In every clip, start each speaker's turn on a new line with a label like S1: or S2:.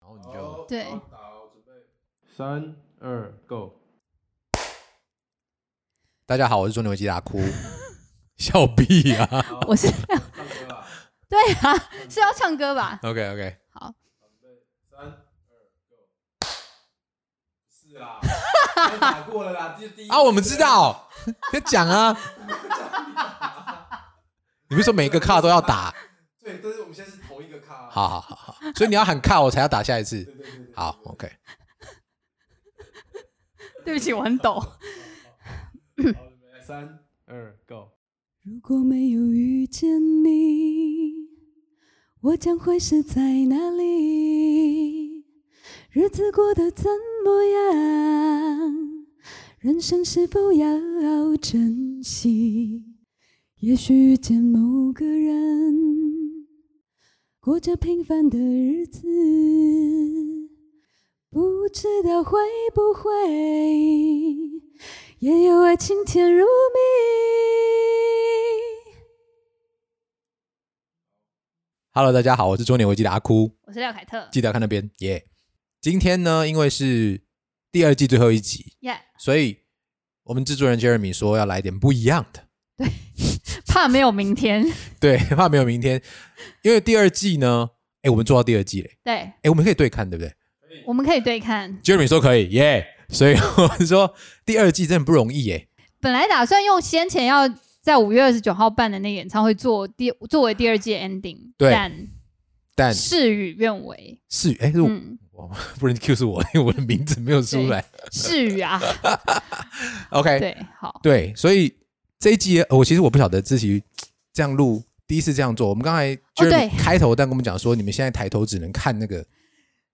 S1: 后你就
S2: 哦
S3: 对
S2: 三二 go，
S1: 大家好，我是中牛基达哭， 笑屁啊呀、
S3: 我是
S2: 唱歌啦！
S3: 对啊，是要唱歌吧？
S1: OK OK，
S2: 三二 go，是 啦，我打过了啦，这第一
S1: 啊，我们知，道，在讲啊。你不是说每个卡都要打？
S2: 对，但是我们现在是同一个卡，，
S1: 好好好好，所以你要喊卡，我才要打下一次。
S2: 对对对对，
S1: 好，OK，
S3: 对不起，我很抖。
S2: 好，准备三二 go，
S4: 如果没有遇见你，我将会是在哪里？日子过得怎么样？人生是否要珍惜？也许遇见某个人，过着平凡的日子，不知道会不会也有爱情甜如蜜。
S1: Hello，大家好，我是中年危机的阿哭，
S3: 我是廖凯特，
S1: 记得要看那边耶。今天呢，因为是第二季最后一集，
S3: 耶、
S1: 所以我们制作人 Jeremy 说要来点不一样的，
S3: 怕没有明天。
S1: 对，怕没有明天，因为第二季呢，哎，我们做到第二季嘞，
S3: 对，
S1: 哎，我们可以对看，对不对？
S3: 我们可以对看。
S1: Jeremy 说可以耶所以我们说第二季真的不容易耶。
S3: 本来打算用先前要在五月二十九号办的那个演唱会做第作为第二季的 ending，
S1: 对
S3: 但
S1: 但
S3: 事与愿违。
S1: 是哎，是我
S3: 嗯，
S1: 不能 Q 是我， 因为我的名字没有出来。
S3: 事 与啊，
S1: OK，
S3: 对，好，
S1: 对所以这一集呃我其实我不晓得自己这样录，第一次这样做。我们刚才
S3: 哦对
S1: Jeremy 开头但跟我们讲说，你们现在抬头只能看那个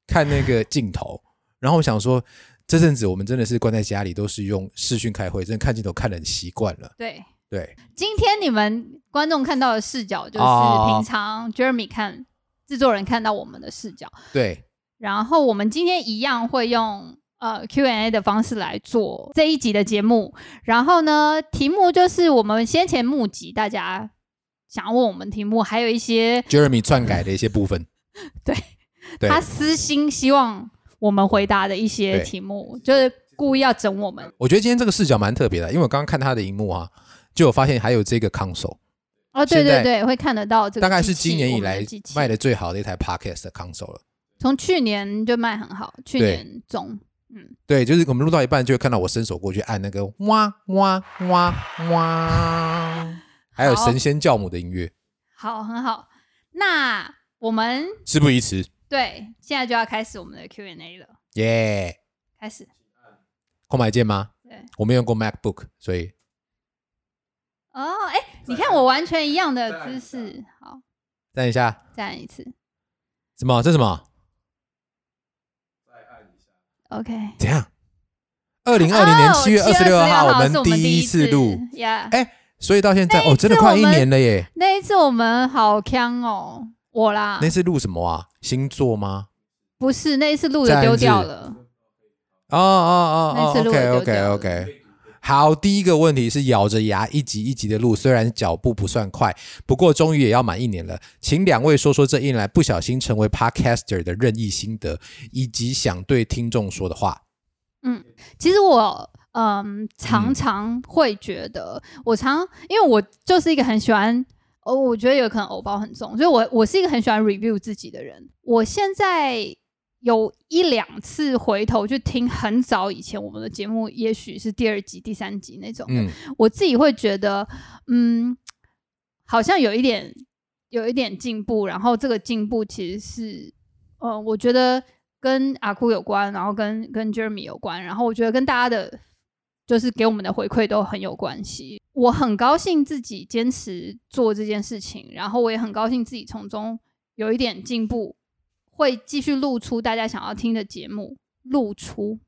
S1: 看那个镜头，然后我想说。这阵子我们真的是关在家里，都是用视讯开会，真的看镜头看得很习惯了。
S3: 对。
S1: 对，
S3: 今天你们观众看到的视角，就是
S1: 哦
S3: 平常 Jeremy 看制作人看到我们的视角，
S1: 对，
S3: 然后我们今天一样会用呃 Q&A 的方式来做这一集的节目。然后呢，题目就是我们先前募集大家想要问我们题目，还有一些
S1: Jeremy 篡改的一些部分，对
S3: 他私心希望我们回答的一些
S1: 对
S3: 题目，就是故意要整我们。
S1: 我觉得今天这个视角蛮特别的，因为我刚刚看他的荧幕啊，就有发现还有这个 console，
S3: 哦，对
S1: 现在
S3: 对对，会看得到这个机器，
S1: 大概是今年以
S3: 我们
S1: 来
S3: 的机器
S1: 卖的最好的一台 podcast 的 console 了。
S3: 从去年就卖很好，去
S1: 对
S3: 年中，嗯，
S1: 对，就是我们录到一半就会看到我伸手过去按那个哇哇哇 哇，还有
S3: 好
S1: 神仙教母的音乐。
S3: 好，很好。那我们
S1: 事不宜迟，
S3: 对现在就要开始我们的 Q&A 了，
S1: 耶、
S3: 开始。
S1: 购买键吗？
S3: 对，
S1: 我没用过 MacBook，所以
S3: 哦，哎、你看我完全一样的姿
S2: 再按
S3: 势，好，
S1: 站一下。
S3: 再按一次
S1: 什么？这什么？
S2: 再按一下，
S3: ，OK。哦
S1: 怎
S3: 啊
S1: 样？二零二零年七月二十六号，
S3: 我
S1: 们第
S3: 一
S1: 次录，
S3: 呀。
S1: 哎所以到现在
S3: 那一
S1: 哦，真的
S3: 次
S1: 快
S3: 我
S1: 一
S3: 们
S1: 年了耶。
S3: 那一次我们好坑哦，我啦
S1: 那，次录什么啊？星座吗？
S3: 不是那一次录
S1: 再
S3: 的
S1: 按
S3: 丢
S1: 一次
S3: 掉了，
S1: 哦哦哦
S3: 那
S1: 哦
S3: 次录的
S1: ，OK OK
S3: 丢掉
S1: OK。好，第一个问题是咬着牙一级一级的录，虽然脚步不算快，不过终于也要满一年了。请两位说说这一年来不小心成为 podcaster 的任意心得，以及想对听众说的话。
S3: 其实我嗯常常会觉得，我常因为我就是一个很喜欢，哦，我觉得有可能偶包很重，所以我我是一个很喜欢 review 自己的人。我现在有一两次回头去听很早以前我们的节目，也许是第二集、第三集那种，
S1: 嗯，
S3: 我自己会觉得，嗯，好像有一点有一点进步，然后这个进步其实是，呃，我觉得跟阿酷有关，然后跟跟 Jeremy 有关，然后我觉得跟大家的，就是给我们的回馈都很有关系。我很高兴自己坚持做这件事情，然后我也很高兴自己从中有一点进步，会继续录出大家想要听的节目，录出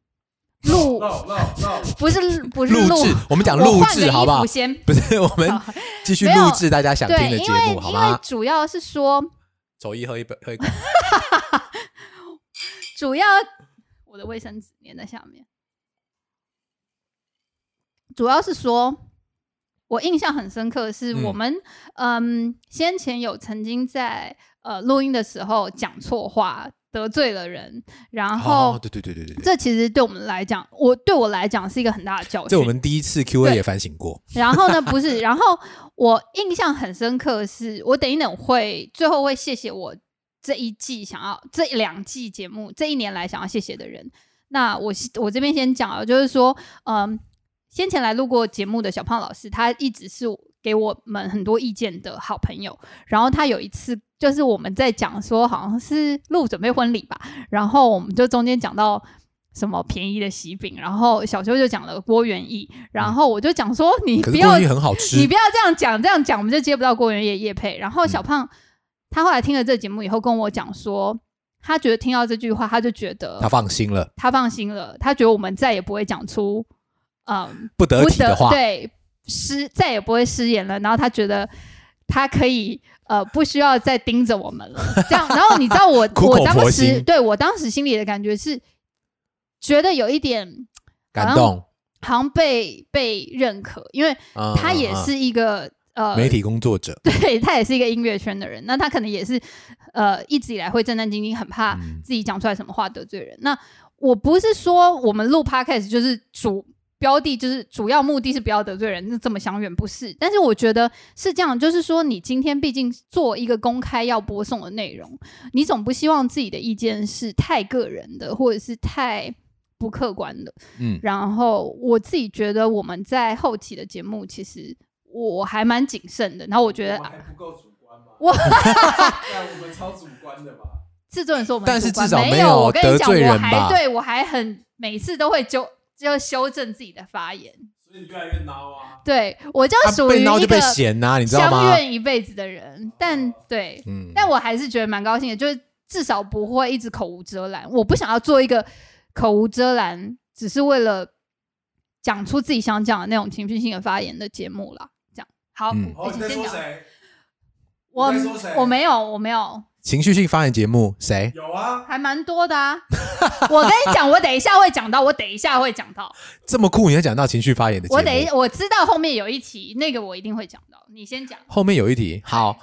S3: 录
S2: 绕绕绕，
S3: 不是不是
S1: 录
S3: 录
S1: 制，我们讲
S3: 我
S1: 啊录
S3: 换个
S1: 制好不
S3: 衣
S1: 好
S3: 服？先
S1: 不是，我们
S3: 好
S1: 继续
S3: 没有
S1: 录制大家想听
S3: 对，
S1: 的节
S3: 因为
S1: 目，好
S3: 因为
S1: 吗？
S3: 主要是说，
S1: 走一喝一杯，喝一口。
S3: 主要我的卫生纸粘在下面，主要是说，我印象很深刻的是
S1: 嗯
S3: 我们嗯先前有曾经在呃录音的时候讲错话，得罪了人，然
S1: 哦
S3: 后
S1: 对对对对对对，
S3: 这其实对我们来讲，我对我来讲是一个很大的教训。
S1: 这我们第一次 Q&A
S3: 对
S1: 也反省过，
S3: 然后呢，不是，然后我印象很深刻的是，我等一等会最后会谢谢我这一季想要这两季节目这一年来想要谢谢的人。那我我这边先讲啊，就是说，嗯，先前来录过节目的小胖老师，他一直是给我们很多意见的好朋友。然后他有一次就是我们在讲说，好像是录准备婚礼吧，然后我们就中间讲到什么便宜的喜饼，然后小修就讲了郭元义，然后我就讲说你
S1: 嗯可
S3: 不
S1: 是
S3: 要
S1: 锅鱼很好吃
S3: 你，不要这样讲，这样讲我们就接不到郭元业叶配。然
S1: 嗯
S3: 后小胖、他后来听了这节目以后跟我讲说，他觉得听到这句话，他就觉得
S1: 他放心了，
S3: 他放心了，他觉得我们再也不会讲出嗯
S1: 不得
S3: 不
S1: 体的
S3: 得
S1: 话，
S3: 对失再也不会失言了。然后他觉得他可以呃不需要再盯着我 们了。这样，然后你知道我
S1: 苦口
S3: 我当
S1: 婆
S3: 时
S1: 心
S3: 对我当时心里的感觉是觉得有一点
S1: 感动。
S3: 好像被被认可，因为
S1: 嗯
S3: 他也
S1: 嗯嗯
S3: 是一个。呃，
S1: 媒体工作者，
S3: 对他也是一个音乐圈的人，那他可能也是呃一直以来会战战兢兢，很怕
S1: 嗯
S3: 自己讲出来什么话得罪人。那我不是说我们录 podcast 就是主标的，就是主要目的是不要得罪人，那这么想远不是。但是我觉得是这样，就是说你今天毕竟做一个公开要播送的内容，你总不希望自己的意见是太个人的，或者是太不客观的。
S1: 嗯，
S3: 然后我自己觉得我们在后期的节目，其实我还蛮谨慎的。然后我觉得
S2: 我们还不够主观吗？
S3: 哇
S2: 那我们超主观的吧？
S3: 制作人说我们
S1: 但
S3: 主
S1: 是
S3: 观
S1: 至少
S3: 没
S1: 没有
S3: 我跟你
S1: 得
S3: 讲，
S1: 罪
S3: 我
S1: 人吧
S3: 还对我还很每次都会纠就修正自己的发言。
S2: 所以你越来越孬啊！
S3: 对我就
S1: 他
S3: 属于
S1: 被闹
S3: 一
S1: 就被
S3: 个
S1: 嫌呐，你知道
S3: 相
S1: 吗？
S3: 怨一辈子的人，但对，
S1: 嗯，
S3: 但我还是觉得蛮高兴的，就是至少不会一直口无遮拦。我不想要做一个口无遮拦，只是为了讲出自己想讲的那种情绪性的发言的节目啦。这样好，
S1: 嗯
S2: 哦，
S3: 而
S2: 你在
S3: 且哎先
S2: 说
S3: 讲。
S2: 谁？
S3: 我
S2: 你在说谁
S3: 我没有，我没有，
S1: 情绪性发言节目谁？
S2: 有啊，
S3: 还蛮多的啊。 我跟你讲，我等一下会讲到，我等一下会讲到，
S1: 这么酷，你要讲到情绪发言的节目？
S3: 我等一我知道后面有一题，那个我一定会讲到。你先讲，
S1: 后面有一题，好，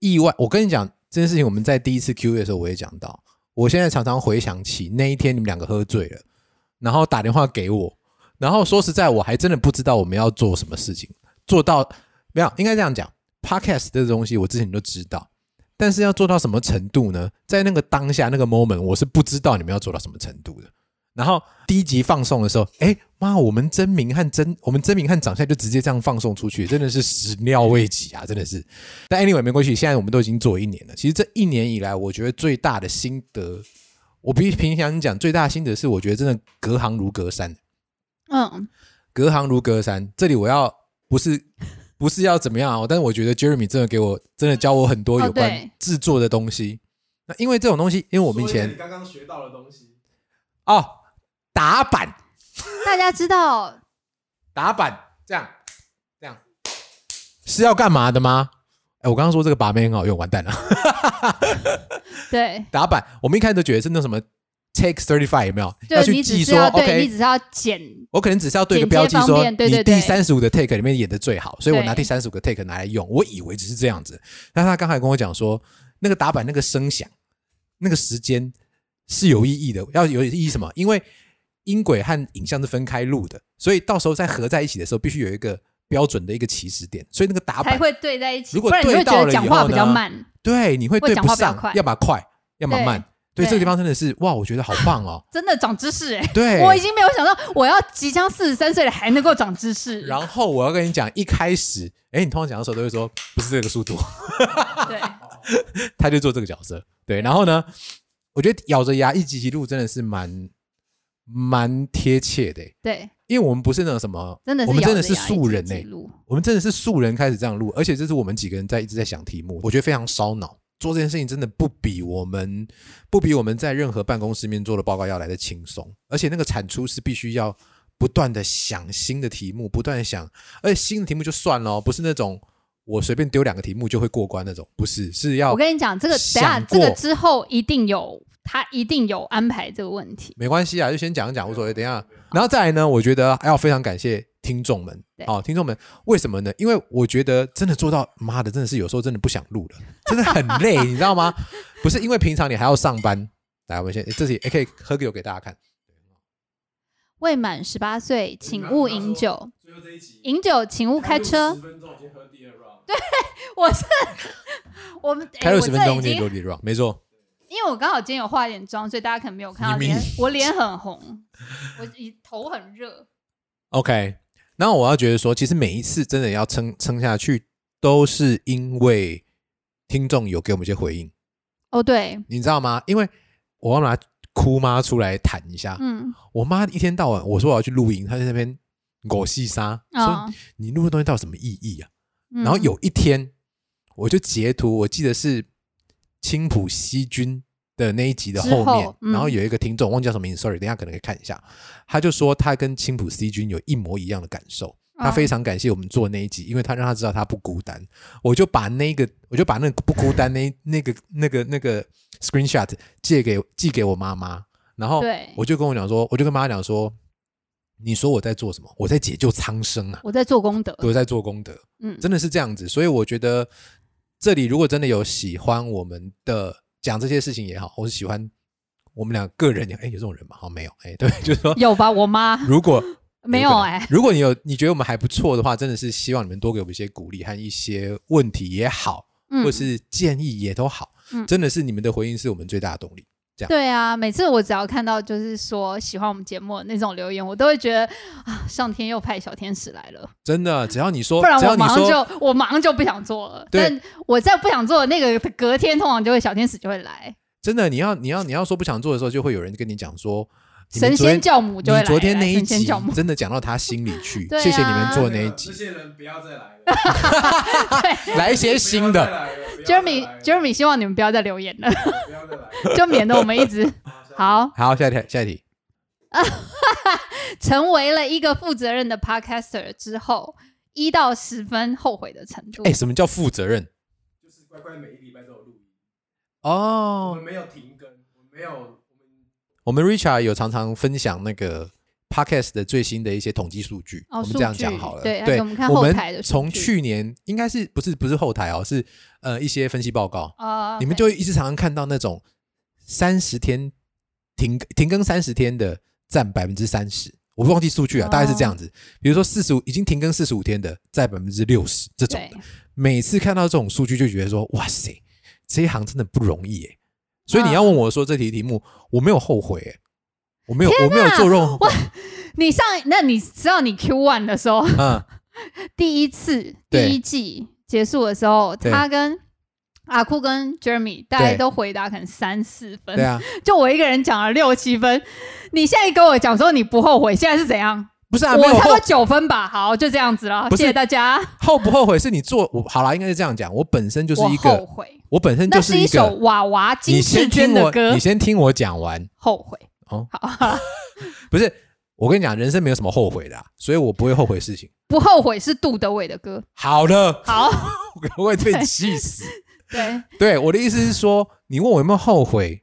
S1: 意外，我跟你讲这件事情，我们在第一次 Q A 的时候我也讲到，我现在常常回想起那一天你们两个喝醉了，然后打电话给我，然后说实在，我还真的不知道我们要做什么事情，做到没有，应该这样讲，Podcast 这个东西我之前都知道。但是要做到什么程度呢？在那个当下那个 moment，我是不知道你们要做到什么程度的。然后第一集放送的时候，哎妈，我们真名和真我们真名和长相就直接这样放送出去，真的是始料未及啊，真的是。但 anyway 没关系，现在我们都已经做一年了。其实这一年以来，我觉得最大的心得，我比平常讲最大的心得是，我觉得真的隔行如隔山，
S3: 嗯，
S1: 隔行如隔山。这里我要不是不是要怎么样、啊，但是我觉得 Jeremy 真的给我真的教我很多
S3: 哦
S1: 有关
S3: 对
S1: 制作的东西。那因为这种东西，因为我们以
S2: 说一个
S1: 前
S2: 你刚刚学到的东西，
S1: 哦打板
S3: 大家知道
S1: 打板这样这样是要干嘛的吗？哎，我刚刚说这个把妹很好用，完蛋了。
S3: 对。
S1: 打板，我们一开始都觉得是那什么 take thirty five 有没有？
S3: 就
S1: 去
S3: 你只
S1: 记
S3: 是
S1: 说
S3: 要对你
S1: OK，
S3: 只是要剪，
S1: 我可能只是要对一个
S3: 剪接
S1: 标记
S3: 方
S1: 说
S3: 面对对
S1: 你第
S3: 对
S1: 三十五的 take 里面演的最好，所以我拿
S3: 对
S1: 第三十五个 take 拿来用，我以为只是这样子。但他刚才跟我讲说，那个打板那个声响，那个时间是有意义的，要有意义什么？因为音轨和影像是分开录的，所以到时候再合在一起的时候，必须有一个标准的一个起始点，所以那个打
S3: 才
S1: 板
S3: 会对在一起，
S1: 啊如果
S3: 不然你
S1: 对
S3: 会
S1: 到
S3: 觉
S1: 了
S3: 得
S1: 以
S3: 讲话
S1: 后
S3: 比较
S1: 呢
S3: 慢。
S1: 对你会
S3: 会
S1: 对
S3: 讲
S1: 不
S3: 话比较
S1: 上
S3: 快，
S1: 要么快，要么
S3: 对
S1: 慢。对这个
S3: 对
S1: 地方真的是哇，我觉得好棒哦。
S3: 真的长 知识哎、
S1: 对，
S3: 我已经没有想到我要即将四十三岁了还能够长知识。
S1: 然后我要跟你讲，一开始，哎，你通常讲的时候都会说不是这个速度，
S3: 对，
S1: 他就做这个角色。对，然后呢，我觉得咬着牙一集一路真的是蛮蛮贴切的，
S3: 对，
S1: 因为我们不是那种什么，
S3: 真的是
S1: 我们真的
S3: 咬
S1: 是
S3: 着牙
S1: 素
S3: 一直
S1: 人
S3: 记
S1: 欸
S3: 录
S1: 我们真的是素人开始这样录，而且这是我们几个人在一直在想题目，我觉得非常烧脑。做这件事情真的不比我们不比我们在任何办公室面做的报告要来的轻松，而且那个产出是必须要不断的想新的题目，不断的想，而且新的题目就算了哦，不是那种我随便丢两个题目就会过关那种，不是，是要
S3: 我跟你讲，这个等一下
S1: 哦想
S3: 这个
S1: 过
S3: 之后一定有，他一定有安排这个问题。
S1: 没关系啊，就先讲一讲，无所谓。等一下，然后再来呢，我觉得要非常感谢听众们
S3: 对，
S1: 哦，听众们，为什么呢？因为我觉得真的做到， 妈的，真的是有时候真的不想录了，真的很累，你知道吗？不是因为平常你还要上班，来，我们先诶这里也可以喝个酒给大家看。
S3: 未满十八岁，请勿饮酒。
S2: 最后这一集，
S3: 饮酒请勿开车
S2: 十。分钟已经喝第二 round，
S3: 我是我们
S1: 开
S3: 了
S1: 了十分钟
S3: 已
S1: 就
S3: 经
S1: 落地 run，没错，
S3: 因为我刚好今天有化一点妆，所以大家可能没有看到
S1: 你明
S3: 脸，我脸很红，我头很热。
S1: OK，那我要觉得说，其实每一次真的要撑撑下去，都是因为听众有给我们一些回应，
S3: 哦，对，
S1: 你知道吗？因为我要拿哭妈出来谈一下，
S3: 嗯，
S1: 我妈一天到晚我说我要去露营，她在那边狗戏沙，
S3: 啊
S1: 说，你录的东西到底有什么意义啊？
S3: 嗯
S1: 然后有一天，我就截图，我记得是青浦西军的那一集的后
S3: 之
S1: 面，
S3: 后嗯
S1: 然后有一个听众忘记叫什么名字，sorry，等一下可能可以看一下，他就说他跟青浦西军有一模一样的感受，他
S3: 嗯
S1: 非常感谢我们做那一集，因为他让他知道他不孤单。我就把那个，我就把那个不孤单那那个那个那个 screenshot 借给寄给我妈妈，然后
S3: 对
S1: 哦我就跟我讲说，我就跟妈妈讲说，你说我在做什么？我在解救苍生啊，
S3: 我在做功德，
S1: 我在做功德。
S3: 嗯，
S1: 真的是这样子。所以我觉得这里如果真的有喜欢我们的讲这些事情也好，或是喜欢我们俩个人也好，哎，有这种人吗？好，没有，哎，对，就是说，
S3: 有吧？我妈
S1: 如果
S3: 嗯 没有
S1: 可能
S3: 哎、
S1: 如果你有你觉得我们还不错的话，真的是希望你们多给我们一些鼓励和一些问题也好，
S3: 嗯
S1: 或是建议也都好，
S3: 嗯
S1: 真的是你们的回应是我们最大的动力。
S3: 对啊，每次我只要看到就是说喜欢我们节目的那种留言，我都会觉得啊，上天又派小天使来了，
S1: 真的，只要你说，
S3: 不然
S1: 哦只要
S3: 我
S1: 你
S3: 马上
S1: 说，
S3: 就我马上就不想做了。
S1: 对
S3: 但我在不想做的那个隔天，通常就会小天使就会来，
S1: 真的，你要你要你要说不想做的时候，就会有人跟你讲说，你们
S3: 神
S1: 昨天
S3: 仙教母就会来
S1: 你
S3: 了。
S1: 昨天那一
S3: 神仙
S1: 集
S3: 教母，
S1: 真的讲到他心里去，
S3: 对啊
S1: 谢谢你们做
S2: 那
S1: 那一
S2: 个这
S1: 集，
S2: 些人不要再来了，
S3: 啊
S1: 来一些哎新的。
S3: Jeremy Jeremy 希望你们不要再留言了，
S2: 不要再来了，
S3: 就免得我们 一直好
S1: 好，下一题，下一题，
S3: 成为了一个负责任的 podcaster 之后，一到十分后悔的程度。
S1: 哎，什么叫负责任？
S2: 就是乖乖每一礼拜都有录音，我
S1: 哦
S2: 们，没有停更，我们没有，我们
S1: 我们 Richard 有常常分享那个 Podcast 的最新的一些统计数据，
S3: 哦
S1: 我们这样讲好了。
S3: 数据对
S1: 对，
S3: 而且我们看后台的数据
S1: 从去年应该是不是不是后台哦，是呃一些分析报告，
S3: 啊
S1: 你们就一直常常看到那种三十天停停更三十天的占百分之三十，我不忘记数据啊，
S3: 哦
S1: 大概是这样子。比如说四十五已经停更四十五天的占百分之六十这种
S3: 对
S1: 的，每次看到这种数据就觉得说，哇塞，这一行真的不容易耶。所以
S3: 嗯
S1: 你要问我说这题题目，我没有后悔耶，我没有我没有做任何，
S3: 你上，那你知道你 Q one 的时候，
S1: 嗯，
S3: 第一次
S1: 对
S3: 第一季结束的时候，
S1: 对
S3: 他跟阿酷跟 Jeremy 大概
S1: 对
S3: 都回答可能三四分，
S1: 对啊，
S3: 就我一个人讲了六七分。你现在跟我讲说你不后悔，现在是怎样？
S1: 不是啊，没
S3: 我
S1: 有
S3: 差不
S1: 后
S3: 多九分吧，好，就这样子了，
S1: 不是
S3: 谢谢大家。
S1: 后不后悔是你做我好啦，应该是这样讲，我本身就是一
S3: 我后
S1: 个，
S3: 悔，
S1: 我本身
S3: 那
S1: 就是一
S3: 一首
S1: 个，
S3: 娃娃金
S1: 你
S3: 志
S1: 先
S3: 娟
S1: 听
S3: 的
S1: 我，
S3: 歌
S1: 你，先听我讲完，
S3: 后悔。
S1: 哦
S3: 好，
S1: 不是，我跟你讲，人生没有什么后悔的啊、所以我不会后悔事情。
S3: 不后悔是杜德伟的歌。
S1: 好的，
S3: 好，
S1: 我会被气死。
S3: 对，
S1: 对，我的意思是说，你问我有没有后悔，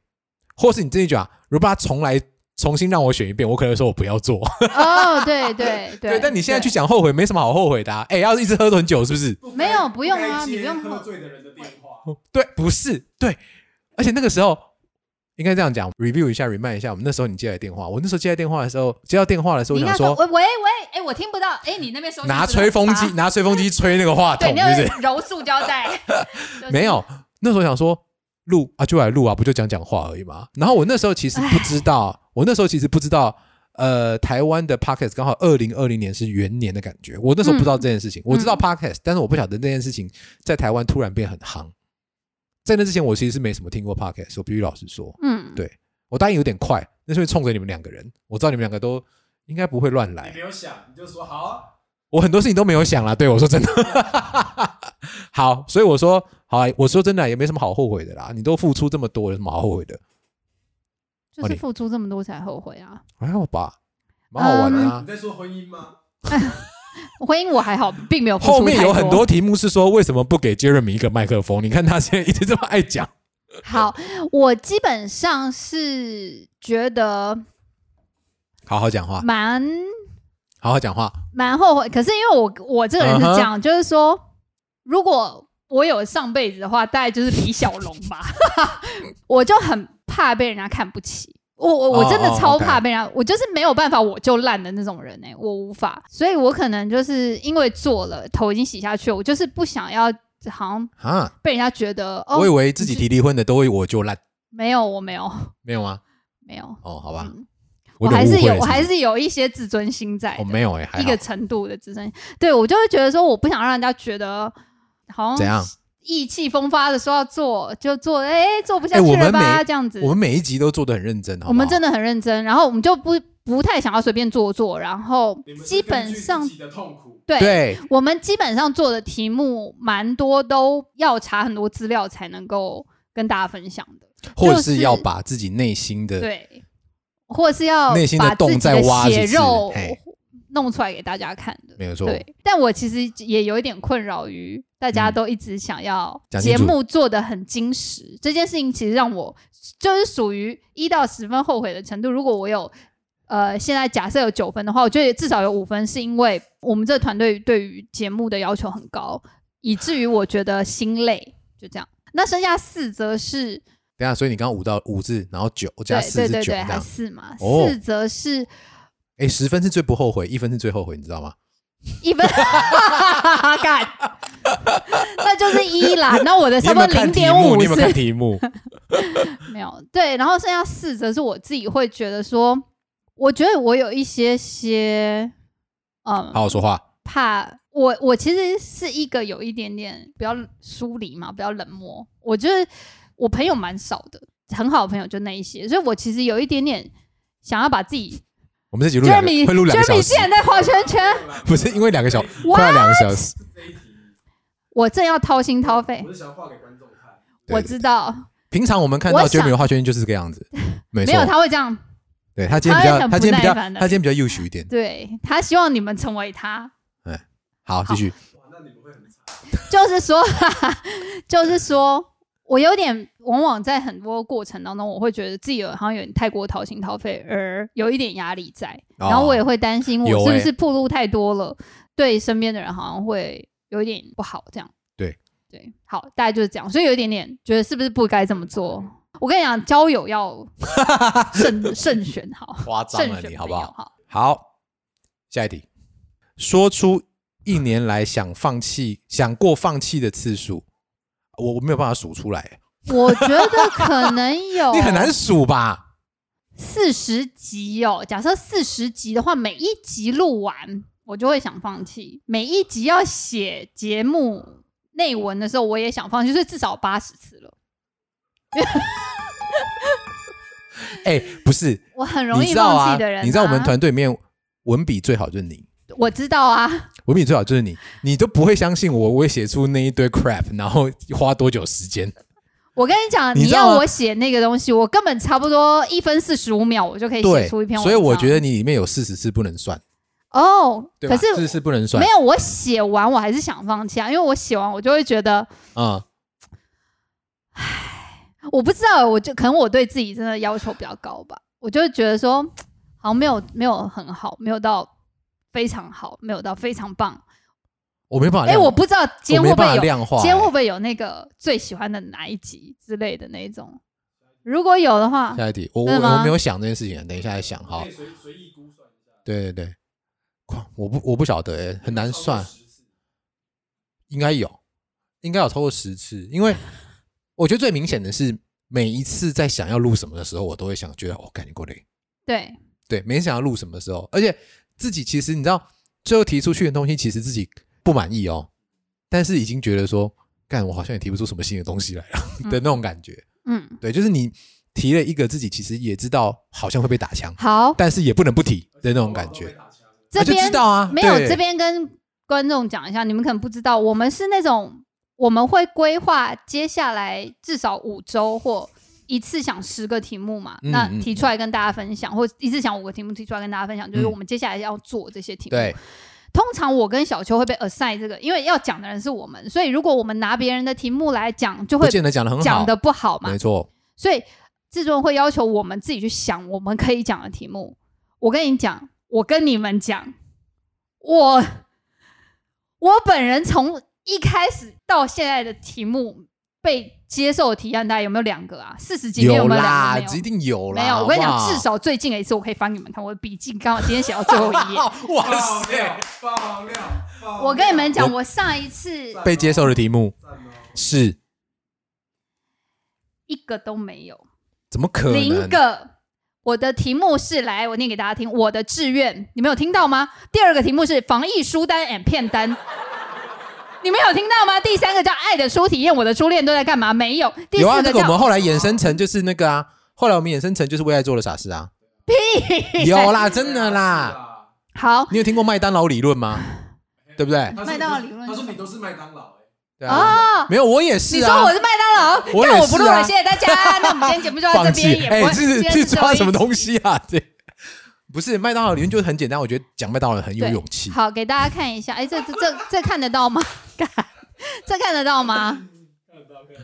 S1: 或是你自己讲，如果他重来，重新让我选一遍，我可能说我不要做。
S3: 哦，对对对
S1: 但你现在去
S3: 对
S1: 讲后悔，没什么好后悔的、啊。哎，要是一直喝很久，是不是？
S2: 不该啊
S3: 没有不用
S2: 该
S3: 啊
S2: 接
S3: 你不用
S2: 喝醉的人的电话，
S1: 对，不是，对。而且那个时候应该这样讲，review 一下，remind 一下，我们那时候你接来电话，我那时候接来电话的时候，接到电话的时候，
S3: 你
S1: 我
S3: 应
S1: 想
S3: 该说，
S1: 说
S3: 喂喂喂，哎，我听不到，哎，你那边收音
S1: 拿
S3: 是不是
S1: 吹风机
S3: 很，差，
S1: 拿吹风机吹那个话筒，
S3: 对，
S1: 是
S3: 你
S1: 不是？
S3: 要揉塑胶带， 就是
S1: 没有，那时候想说录啊就来录啊，不就讲讲话而已嘛。然后我那时候其实不知道，我那时候其实不知道，呃，台湾的 podcast 刚好二零二零年是元年的感觉，我那时候不知道这件事情，我知道 podcast，但是我不晓得那件事情在台湾突然变很夯。在那之前，我其实是没什么听过 podcast，我必须老实说，
S3: 嗯，
S1: 对我答应有点快，那是因为冲着你们两个人，我知道你们两个都应该不会乱
S2: 你
S1: 来
S2: 没，有想，你就说好啊，
S1: 我很多事情都没有想啦。对我说真的， 好，所以我说好啊，我说真的啊也没什么好后悔的啦。你都付出这么多，有什么好后悔的？
S3: 就是付出这么多才后悔啊。
S1: 还好吧，蛮好玩的啊
S3: 嗯
S2: 你。在说婚姻吗？
S3: 婚姻我还好，并没有付出
S1: 后面有
S3: 太
S1: 很多题目是说为什么不给 Jeremy 一个麦克风？你看他现在一直这么爱讲，
S3: 好，我基本上是觉得
S1: 好好讲话，
S3: 蛮
S1: 好好讲话。
S3: 蛮后悔。可是因为我我这个人是
S1: 嗯
S3: 这样就是说， 如果我有上辈子的话，大概就是李小龙吧。我就很怕被人家看不起。我我我真的
S1: 哦哦
S3: 超
S1: OK
S3: 怕被人家我就是没有办法，我就烂的那种人哎、我无法，所以我可能就是因为做了，头已经洗下去了，我就是不想要好像
S1: 啊，
S3: 被人家觉得哦，
S1: 我以为自己提离婚的都会我就烂，
S3: 没有，我没有，
S1: 没有吗？
S3: 没有，
S1: 哦，好吧，
S3: 嗯
S1: 我有
S3: 我
S1: 点
S3: 还是
S1: 误会
S3: 有，
S1: 了
S3: 我还
S1: 是
S3: 是有一些自尊心在
S1: 我
S3: 的
S1: 没有哎，还
S3: 一个
S1: 好
S3: 程度的自尊，对我就会觉得说，我不想让人家觉得好
S1: 怎
S3: 像
S1: 样？
S3: 意气风发的说要做就做，哎、做不
S1: 哎
S3: 下
S1: 我
S3: 去
S1: 们
S3: 了吧？
S1: 每
S3: 这样子，
S1: 我们每一集都做的很认真，好不好
S3: 我们真的很认真，然后我们就不不太想要随便做做，然后
S2: 你们是
S3: 基
S2: 根
S3: 本
S2: 据
S3: 上
S2: 自己的痛苦，
S3: 对。
S1: 对
S3: 我们基本上做的题目蛮多，都要查很多资料才能够跟大家分享的。
S1: 或者
S3: 就是
S1: 是要把自己内心的，
S3: 对，或者是要
S1: 内心的
S3: 把自
S1: 洞
S3: 己
S1: 再
S3: 的
S1: 挖
S3: 血
S1: 几次
S3: 肉
S1: 嘿
S3: 弄出来给大家看的。
S1: 没有错，
S3: 对，但我其实也有一点困扰于大家都一直想要
S1: 嗯讲清
S3: 节
S1: 楚
S3: 目做的很精实，这件事情其实让我就是属于一到十分后悔的程度。如果我有呃，现在假设有九分的话，我觉得至少有五分是因为我们这个团队对于节目的要求很高，以至于我觉得心累，就这样。那剩下四则是
S1: 等一下，所以你刚刚五到五字，然后九加
S3: 对
S1: 四
S3: 对
S1: 是
S3: 对
S1: 九这
S3: 对，还
S1: 样，
S3: 四嘛，
S1: 哦
S3: 四则是
S1: 哎，十分是最不后悔，一分是最后悔，你知道吗？
S3: 一分， 干， 那就是一啦。那我的
S1: 你
S3: 差
S1: 有
S3: 不
S1: 没有
S3: 多
S1: 看
S3: 零
S1: 题
S3: 点
S1: 目？
S3: 五
S1: 你有没有看
S3: 是
S1: 题 目？
S3: 没有对，然后剩下四则是我自己会觉得说，我觉得我有一些些，嗯，
S1: 好好说话。
S3: 怕我我其实是一个有一点点比较疏离嘛，比较冷漠。我觉得我朋友蛮少的，很好的朋友就那一些，所以我其实有一点点想要把自己
S1: 我们这集录两个
S3: Jeremy
S1: 会录两个小
S3: Jeremy
S1: 时
S3: 竟，然在画啊圈圈，
S1: 不是因为两个小
S2: 这一题
S3: 哇
S1: 快要两个小时。
S2: 这一题，
S3: 我正要掏心掏肺
S2: 我，是想画给观众看，
S1: 对
S3: 我知道。
S1: 平常我们看到
S3: 我想
S1: Jeremy 的画圈就是这个样 子，没
S3: 没
S1: 错。
S3: 有，他会这样，
S1: 对他今天比
S3: 他会
S1: 较，
S3: 很
S1: 他今天比
S3: 不耐
S1: 较，
S3: 烦的
S1: 他今天比较幼秀一点。
S3: 对他希望你们成为他，
S1: 好，继续。
S2: 哇，那你们会很惨。
S3: 就是说， 哈哈，就是说我有点往往在很多过程当中，我会觉得自己有好像有点太过掏心掏肺，而有一点压力在，
S1: 哦
S3: 然后我也会担心我
S1: 有
S3: 是不
S1: 欸
S3: 是暴露太多了，对身边的人好像会有一点不好这样。
S1: 对
S3: 对，好，大概就是这样，所以有一点点觉得是不是不该这么做。我跟你讲，交 友要慎慎选好，
S1: 夸张
S3: 慎
S1: 了
S3: 选
S1: 你好
S3: 朋
S1: 不
S3: 友
S1: 好？好，下一题，说出一年来想放弃、想过放弃的次数，我我没有办法数出来，
S3: 我觉得可能 有，
S1: 你很难数吧？
S3: 四十集哦。假设四十集的话，每一集录完，我就会想放弃。每一集要写节目内文的时候，我也想放弃，就是至少八十次了。
S1: 哎，不是，
S3: 我很容
S1: 你
S3: 易
S1: 知道
S3: 放
S1: 啊
S3: 弃的人、，
S1: 你知道我们，团队里面文笔最好就是你，
S3: 我知道啊，
S1: 文笔最好就是你，你都不会相信我，我会写出那一堆 crap，然后花多久时间？
S3: 我跟你讲，
S1: 你
S3: 你
S1: 知道啊
S3: 要我写那个东西，我根本差不多一分四十五秒，我就可以写
S1: 对，
S3: 出一篇文章。
S1: 所以我觉
S3: 得
S1: 得你里面有四十次不能算，
S3: 哦，
S1: 对
S3: 可
S1: 吧？
S3: 是
S1: 四十次不能算
S3: 没，有，我写完我还是想放弃啊，因为我写完我就会觉得。
S1: 嗯，
S3: 我不知道，我就可能我对自己真的要求比较高吧，我就觉得说好像没有没有很好，没有到非常好，没有到非常棒。
S1: 我没办法啊
S3: 哎、
S1: 量，
S3: 我不知道今天
S1: 我
S3: 会
S1: 没
S3: 不会
S1: 办法
S3: 有
S1: 量化，
S3: 今天会
S1: 哎
S3: 不会有那个最喜欢的哪一集之类的那一种，如果有的话，
S1: 欸下一题，我我
S3: 真的吗
S1: 我没有想这件事情，等一下再想
S2: 你
S1: 好
S2: 可以，哎随随意估算一下，
S1: 对对对，哇我不我不晓得、哎，很难算
S2: 超，过10次
S1: 应该有，应该有超过十次，因为我觉得最明显的是每一次在想要录什么的时候，我都会想觉得哦我感觉过累，
S3: 对
S1: 对，每次想要录什么的时候，而且自己其实你知道，最后提出去的东西其实自己不满意哦，但是已经觉得说，干我好像也提不出什么新的东西来了、
S3: 嗯
S1: 的那种感觉，
S3: 嗯，
S1: 对，就是你提了一个自己其实也知道好像会被打枪。
S3: 好，
S1: 但是也不能不提的那种感
S2: 都被
S1: 觉。
S2: 打枪了
S3: 这
S1: 啊就
S3: 边
S1: 知道啊，
S3: 没有
S1: 对
S3: 这边跟观众讲一下，你们可能不知道，我们是那种我们会规划接下来至少五周或一次想十个题目嘛，
S1: 嗯
S3: 那
S1: 嗯
S3: 提出来跟大家分享，或一次想五个题目提出来跟大家分享，就是
S1: 嗯
S3: 我们接下来要做这些题目。
S1: 对，
S3: 通常我跟小秋会被 assign 这个，因为要讲的人是我们，所以如果我们拿别人的题目来讲，就
S1: 不
S3: 会
S1: 见得讲的很好，
S3: 讲的不好嘛
S1: 没。错，
S3: 所以制作人会要求我们自己去想我们可以讲的题目。我跟你讲，我跟你们讲，我我本人从一开始到现在的题目被接受的提案大概有没有两个啊？四十几篇
S1: 有
S3: 没有
S1: 啦，
S3: 两个？
S1: 一
S3: 没
S1: 定有
S3: 有，
S1: 啦。
S3: 没有。我跟你
S1: 好不
S3: 讲，
S1: 好
S3: 至少最近的一次，我可以翻给你们看。我的笔记刚好今天写到最 后一页。
S1: 哇
S2: 爆料
S1: 塞，
S2: 爆料，爆料
S3: 我跟你们讲，
S1: 我
S3: 我上一次
S1: 被接受的题目
S2: 赞哦
S1: 是
S3: 一个都没有，
S1: 怎么可能？
S3: 零个。我的题目是来，我念给大家听。我的志愿，你们有听到吗？第二个题目是防疫书单 and 片单， 你们有听到吗？第三个叫爱的书体验，我的初恋都在干嘛？没有。第
S1: 有啊，
S3: 四
S1: 这
S3: 个
S1: 个
S3: 叫、
S1: 我们后来衍生成就是那个啊，后来我们衍生成就是为爱做了傻事啊。屁，有啦，真的啦。
S2: 啦，
S3: 好
S1: 你有听过麦当劳理论吗？对不对？
S2: 他说
S3: 麦当劳理论
S2: 啊他说你都是麦当劳，哎，
S1: 对啊，
S3: 啊。
S1: 没有，我也是
S3: 你说
S1: 啊。
S3: 我是麦当劳，
S1: 我也
S3: 那我不录
S1: 是啊
S3: 了，谢谢大家。那我们今天节目就到这
S1: 放
S3: 边，
S1: 弃，
S3: 也不
S1: 哎，
S3: 会
S1: 这是
S3: 今天
S1: 这是
S3: 最
S1: 抓
S3: 后一
S1: 什么
S3: 集
S1: 东西啊？这不是麦当劳理论，就很简单。我觉得讲麦当劳很有
S3: 对
S1: 勇气。
S3: 好，给大家看一下，哎，这这这这看得到吗？ 这看得到吗？
S2: 欸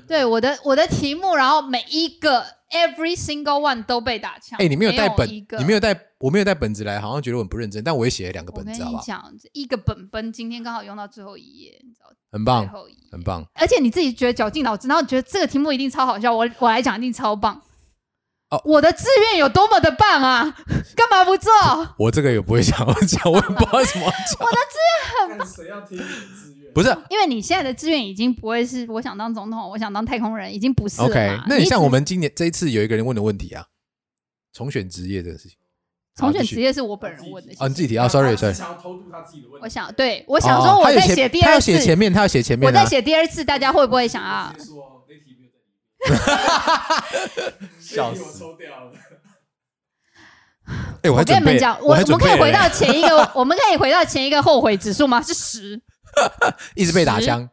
S3: 对，我的我的题目，然后每一个 every single one 都被打枪。
S1: 哎，你没有带本，
S3: 一个
S1: 你没有带，我没有带本子来，好像觉得我很不认真，但我也写了两个
S3: 我
S1: 本
S3: 跟
S1: 子，好
S3: 你
S1: 不好？
S3: 讲，这一个本本今天刚好用到最后一页，你知道
S1: 很
S3: 最
S1: 棒，
S3: 后一页，
S1: 很棒。
S3: 而且你自己觉得绞尽脑汁，然后你觉得这个题目一定超好 笑，我我来讲一定超棒。
S1: 哦
S3: 我的志愿有多么的棒啊！ 干嘛不做？
S1: 我这个也不会想要讲，我也不知道怎么讲。
S2: 看谁要听你的志愿，
S1: 不是
S3: 因为你现在的志愿已经不会是我想当总统，我想当太空人，已经不是了嘛。
S1: OK，那
S3: 你
S1: 你像
S3: 只
S1: 我们今年这一次有一个人问的问题啊，重选职业这个事情，
S3: 重
S1: 好
S3: 选
S1: 继续
S3: 职业是我本人问的。
S1: 哦，你自己提
S2: 他
S1: 啊，sorry
S2: 他只
S1: sorry，
S2: 想要偷渡他自己的问题，
S3: 我想，对我想说
S1: 哦
S3: 我
S1: 他有
S3: 在
S1: 前
S3: 写第
S1: 他
S3: 二
S1: 要
S3: 次，
S1: 写前面，他要写前面
S3: 我
S1: 啊，
S3: 在写第二次，大家会不会想啊
S2: 直？接说那题没有在里面，
S1: 笑
S2: 笑
S1: 死
S2: 我抽掉了，
S1: 哎，我还
S3: 我跟
S1: 准
S3: 你们
S1: 备，
S3: 讲，我
S1: 还
S3: 们
S1: 准备欸
S3: 可以回
S1: 了
S3: 到前 一个，我们可以回到前一个后悔指数吗？是十，
S1: 一直被打枪，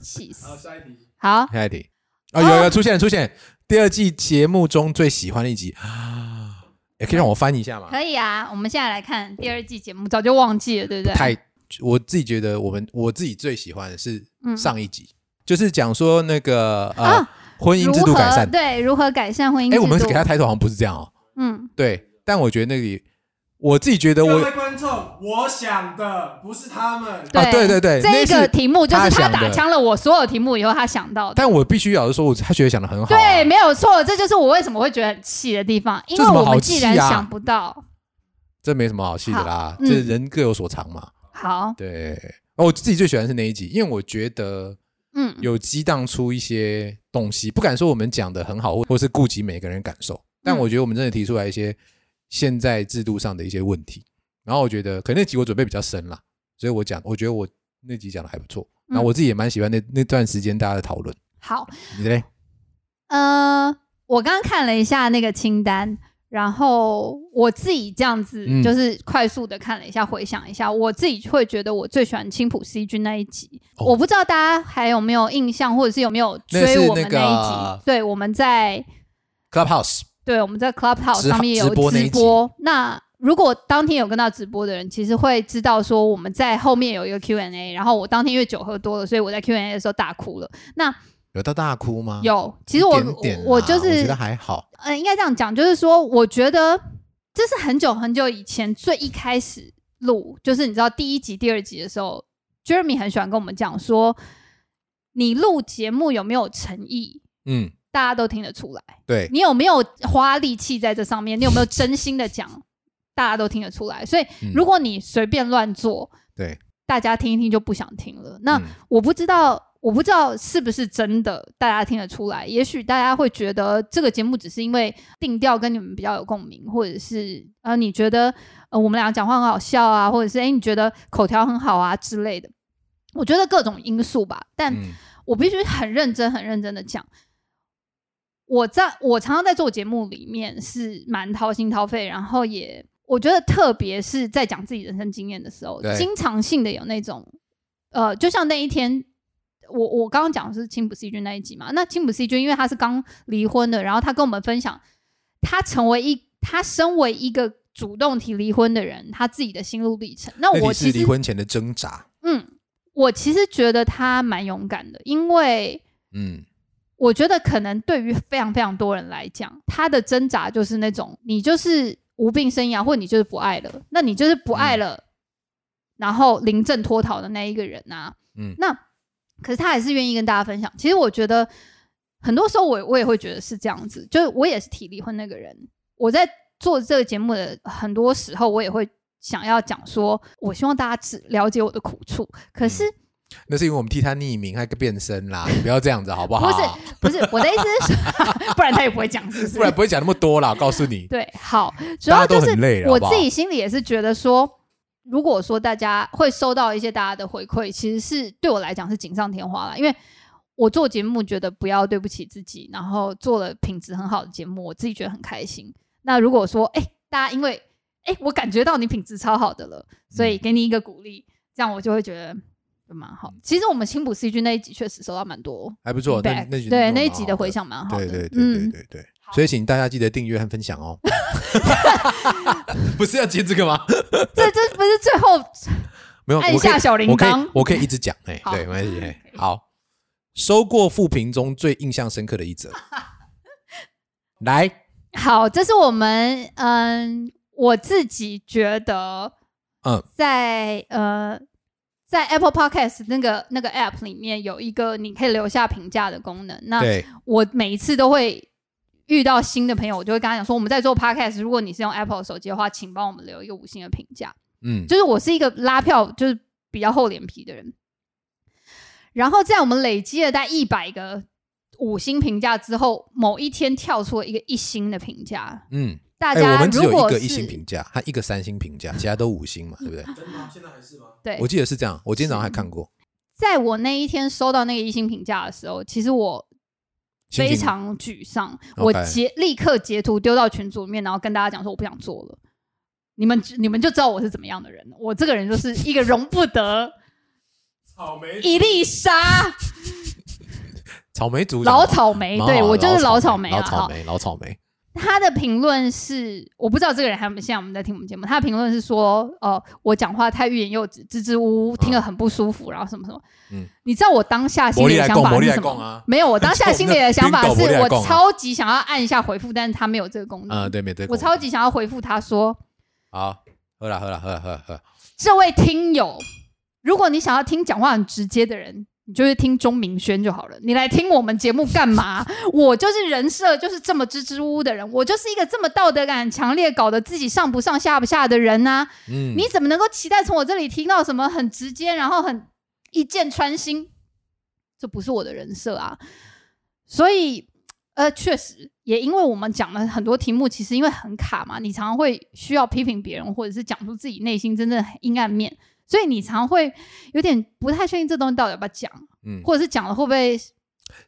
S3: 气死
S2: 好，！下一题，
S3: 好，
S1: 下一题啊，有
S3: 哦
S1: 有出现了出现了，第二季节目中最喜欢的一集啊，也可以让我翻一下嘛，
S3: 可以啊。我们现在来看第二季节目，早就忘记了，对不对？
S1: 太，我自己觉得我们我自己最喜欢的是
S3: 嗯
S1: 上一集，就是讲说那个呃
S3: 啊
S1: 婚姻
S3: 如
S1: 制度
S3: 何
S1: 改善，
S3: 对如何改善婚姻
S1: 哎，
S3: 制度？
S1: 我们给他抬头好像不是这样哦，
S3: 嗯，
S1: 对，但我觉得那里我自己觉得
S2: 各
S1: 我
S2: 位观众，我想的不是他们，
S1: 啊对对对那
S3: 这一
S1: 是
S3: 个题目就是
S1: 他
S3: 他
S1: 想的
S3: 打枪了我所有题目以后，他想到的。
S1: 但我必须老实说，我他觉得想的很好、啊。
S3: 对，，没有错，这就是我为什么会觉得很气的地方，因
S1: 这
S3: 为
S1: 什么
S3: 我
S1: 好
S3: 们
S1: 气
S3: 既然
S1: 啊
S3: 想不到，
S1: 这没什么好气的啦
S3: 好，嗯
S1: 这人各有所长嘛。
S3: 好，
S1: 对，哦我自己最喜欢是那一集，因为我觉得
S3: 嗯，
S1: 有激荡出一些东西，不敢说我们讲的很好，或或是顾及每个人感受，但
S3: 嗯
S1: 我觉得我们真的提出来一些现在制度上的一些问题。然后我觉得，可能那集我准备比较深啦，所以我讲，我觉得我那集讲的还不错。
S3: 嗯
S1: 然后我自己也蛮喜欢那那段时间大家的讨论。
S3: 好，
S1: 你嘞？
S3: 呃，我刚刚看了一下那个清单，然后我自己这样子
S1: 嗯
S3: 就是快速的看了一下，回想一下，我自己会觉得我最喜欢青浦 C 君那一集，
S1: 哦
S3: 我不知道大家还有没有印象，或者是有没有
S1: 那是
S3: 追我们
S1: 那
S3: 那一集？
S1: 个
S3: 对，我们在
S1: Clubhouse
S3: 对，我们在 Clubhouse
S1: 直
S3: 上面有
S1: 直播那一集
S3: 直播。那如果当天有跟到直播的人，其实会知道说我们在后面有一个 Q&A，然后我当天因为酒喝多了，所以我在 Q&A 的时候大哭了。那
S1: 有到大哭吗？，
S3: 有，其实我
S1: 啊点点啦啊
S3: 我就
S1: 我
S3: 是
S1: 觉得还好。
S3: 嗯，应该这样讲，就是说，我觉得这是很久很久以前最一开始录，就是你知道第一集、第二集的时候，Jeremy 很喜欢跟我们讲说，你录节目有没有诚意，
S1: 嗯，
S3: 大家都听得出来。
S1: 对，
S3: 你有没有花力气在这上面？你有没有真心的讲？大家都听得出来。所以
S1: 嗯
S3: 如果你随便乱做，
S1: 对，
S3: 大家听一听就不想听了。那、
S1: 嗯
S3: 我不知道，我不知道是不是真的，大家听得出来。也许大家会觉得这个节目只是因为定调跟你们比较有共鸣，或者是呃，你觉得呃我们俩讲话很好笑啊，或者是诶你觉得口条很好啊之类的。我觉得各种因素吧，但
S1: 嗯
S3: 我必须很认真、很认真的讲，我在我常常在做节目里面是蛮掏心掏肺，然后也我觉得特别是在讲自己人生经验的时候
S1: 对，
S3: 经常性的有那种呃，就像那一天。我我刚刚讲的是青浦 C 君那一集嘛，那青浦 C 君因为他是刚离婚的，然后他跟我们分享，他成为一他身为一个主动提离婚的人，他自己的心路历程。那
S1: 那
S3: 我
S1: 题
S3: 其
S1: 是
S3: 实
S1: 离婚前的挣扎。
S3: 嗯，我其实觉得他蛮勇敢的，因为
S1: 嗯，
S3: 我觉得可能对于非常非常多人来讲，他的挣扎就是那种你就是无病呻吟啊，或者你就是不爱了，那你就是不
S1: 嗯
S3: 爱了，然后临阵脱逃的那一个人啊。
S1: 嗯
S3: 那可是他还是愿意跟大家分享。其实我觉得很多时候我我也会觉得是这样子，就是我也是体力婚那个人。我在做这个节目的很多时候，我也会想要讲说，我希望大家只了解我的苦处。
S1: 嗯
S3: 可是
S1: 那是因为我们替他匿名，他变身 啦，你不要这样子好不
S3: 不
S1: 好？
S3: 是、不是我的意思是说， 不然他也不会讲，是不是？
S1: 不然不会讲那么多啦。我告诉你，
S3: 对，好， 主
S1: 大家
S3: 要
S1: 都
S3: 就是
S1: 很累了，
S3: 我
S1: 好不好
S3: 自己心里也是觉得说，如果说大家会收到一些大家的回馈，其实是对我来讲是锦上添花啦，因为我做节目觉得不要对不起自己，然后做了品质很好的节目，我自己觉得很开心。那如果说，哎、大家因为，哎、我感觉到你品质超好的了，所
S1: 嗯
S3: 以给你一个鼓励，这样我就会觉得。就蛮好，其实我们青浦 C G 那一集确实收到蛮多
S1: 还不嗯错。那
S3: feedback，
S1: 那集
S3: 对
S1: 弄得
S3: 那一
S1: 蛮
S3: 集
S1: 好
S3: 的回，响蛮好的，
S1: 对对对对
S3: 嗯
S1: 对对。所以请大家记得订阅和分享 哦。 不是要接这个吗？
S3: 这这不是最后
S1: 没有，
S3: 按
S1: 我可以
S3: 下小铃
S1: 我可
S3: 铛
S1: 以，我可以一直讲哎、
S3: 好
S1: 对，没关系、哎好，收过复评中最印象深刻的一 则，来，
S3: 好，这是我们嗯，我自己觉得
S1: 嗯
S3: 在呃，在 Apple Podcast 那个那个 App 里面有一个你可以留下评价的功能。那
S1: 对，
S3: 我每一次都会遇到新的朋友，我就会跟他讲说，我们在做 Podcast，如果你是用 Apple 手机的话，请帮我们留一个五星的评价。
S1: 嗯，
S3: 就是我是一个拉票就是比较厚脸皮的人。然后在我们累积了大概一百个五星评价之后，某一天跳出了一个一星的评价。
S1: 嗯，
S3: 大
S1: 哎、
S3: 家、
S1: 我们只
S3: 如
S1: 有
S3: 果
S1: 一
S3: 是嗯
S1: 个一星评价，他一个三星评价，其他都五星嘛，对不对？
S2: 真的吗？现在还是吗？
S3: 对
S1: 我，记得是这样，我今天早上还看过，
S3: 在我那一天收到那个一星评价的时候，其实我
S1: 心
S3: 非
S1: 情
S3: 常沮丧，
S1: OK
S3: 我截立刻截图丢到群组里面，然后跟大家讲说我不想做了。你们你们就知道我是怎么样的人，我这个人就是一个容不得
S2: 草莓
S3: 一粒沙，
S1: 草莓组
S3: 老草莓，
S1: 蛮好的
S3: 对我就是
S1: 哦老
S3: 老草莓啊，
S1: 老草
S3: 好
S1: 莓，老草莓，
S3: 他的评论是，我不知道这个人还有没有现在我们在听我们节目。他的评论是说，呃，我讲话太欲言又止，支支吾吾，听了很不舒服，然后什么什么。
S1: 啊嗯
S3: 你知道我当下心里的想
S1: 魔
S3: 法
S1: 力
S3: 是
S1: 来
S3: 什
S1: 供魔力来供
S3: 么
S1: 啊
S3: 吗？没有，我当下心里的想法是
S1: 冰狗魔力来
S3: 我
S1: 供啊
S3: 超级想要按一下回复，但是他没有这个功能。
S1: 嗯，对，没对，
S3: 我超级想要回复他说，
S1: 好，喝了喝了喝了喝了喝了，
S3: 这位听友，如果你想要听讲话很直接的人。你就是听钟明轩就好了，你来听我们节目干嘛？我就是人设就是这么支支吾吾的人，我就是一个这么道德感很强烈，搞得自己上不上下不下的人啊呐、
S1: 嗯，
S3: 你怎么能够期待从我这里听到什么很直接，然后很一箭穿心？这不是我的人设啊！所以，呃，确实也因为我们讲了很多题目，其实因为很卡嘛，你常常会需要批评别人，或者是讲出自己内心真正的阴暗面，所以你常常会有点不太确定这东西到底要不要讲，
S1: 嗯
S3: 或者是讲了会不会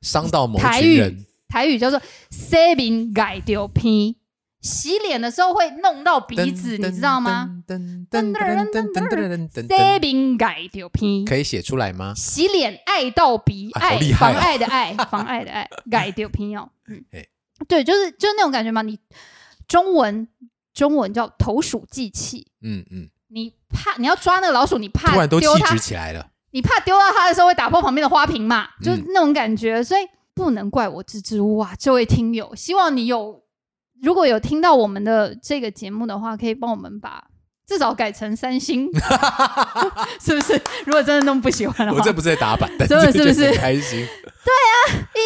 S1: 伤到某
S3: 台
S1: 群
S3: 语
S1: 人，
S3: 台语叫做 “saving 改丢偏”，洗脸的时候会弄到鼻子，你知道吗？？
S1: 噔噔噔噔噔噔噔噔噔，
S3: saving 改丢偏，
S1: 可以写出来吗？
S3: 洗脸爱到鼻，
S1: 哎好
S3: 爱、
S1: 厉害
S3: 妨
S1: 哦
S3: 碍 的爱，妨碍的爱，改丢拼哦。嗯
S1: 哎，
S3: 对，就是就是那种感觉嘛。你中文中文叫投鼠忌器，
S1: 嗯嗯，
S3: 你怕你要抓那个老鼠，你
S1: 突
S3: 怕
S1: 然都气
S3: 丢它
S1: 质，起来了，
S3: 你怕丢到它的时候会打破旁边的花瓶嘛，
S1: 嗯
S3: 就是那种感觉。所以不能怪我支支吾啊，这位听友，希望你有如果有听到我们的这个节目的话，可以帮我们把。至少改成 三星， 是不是？如果真的那么不喜欢的话，
S1: 我这不是在打板， 但
S3: 真
S1: 这
S3: 的是不
S1: 就是很开心？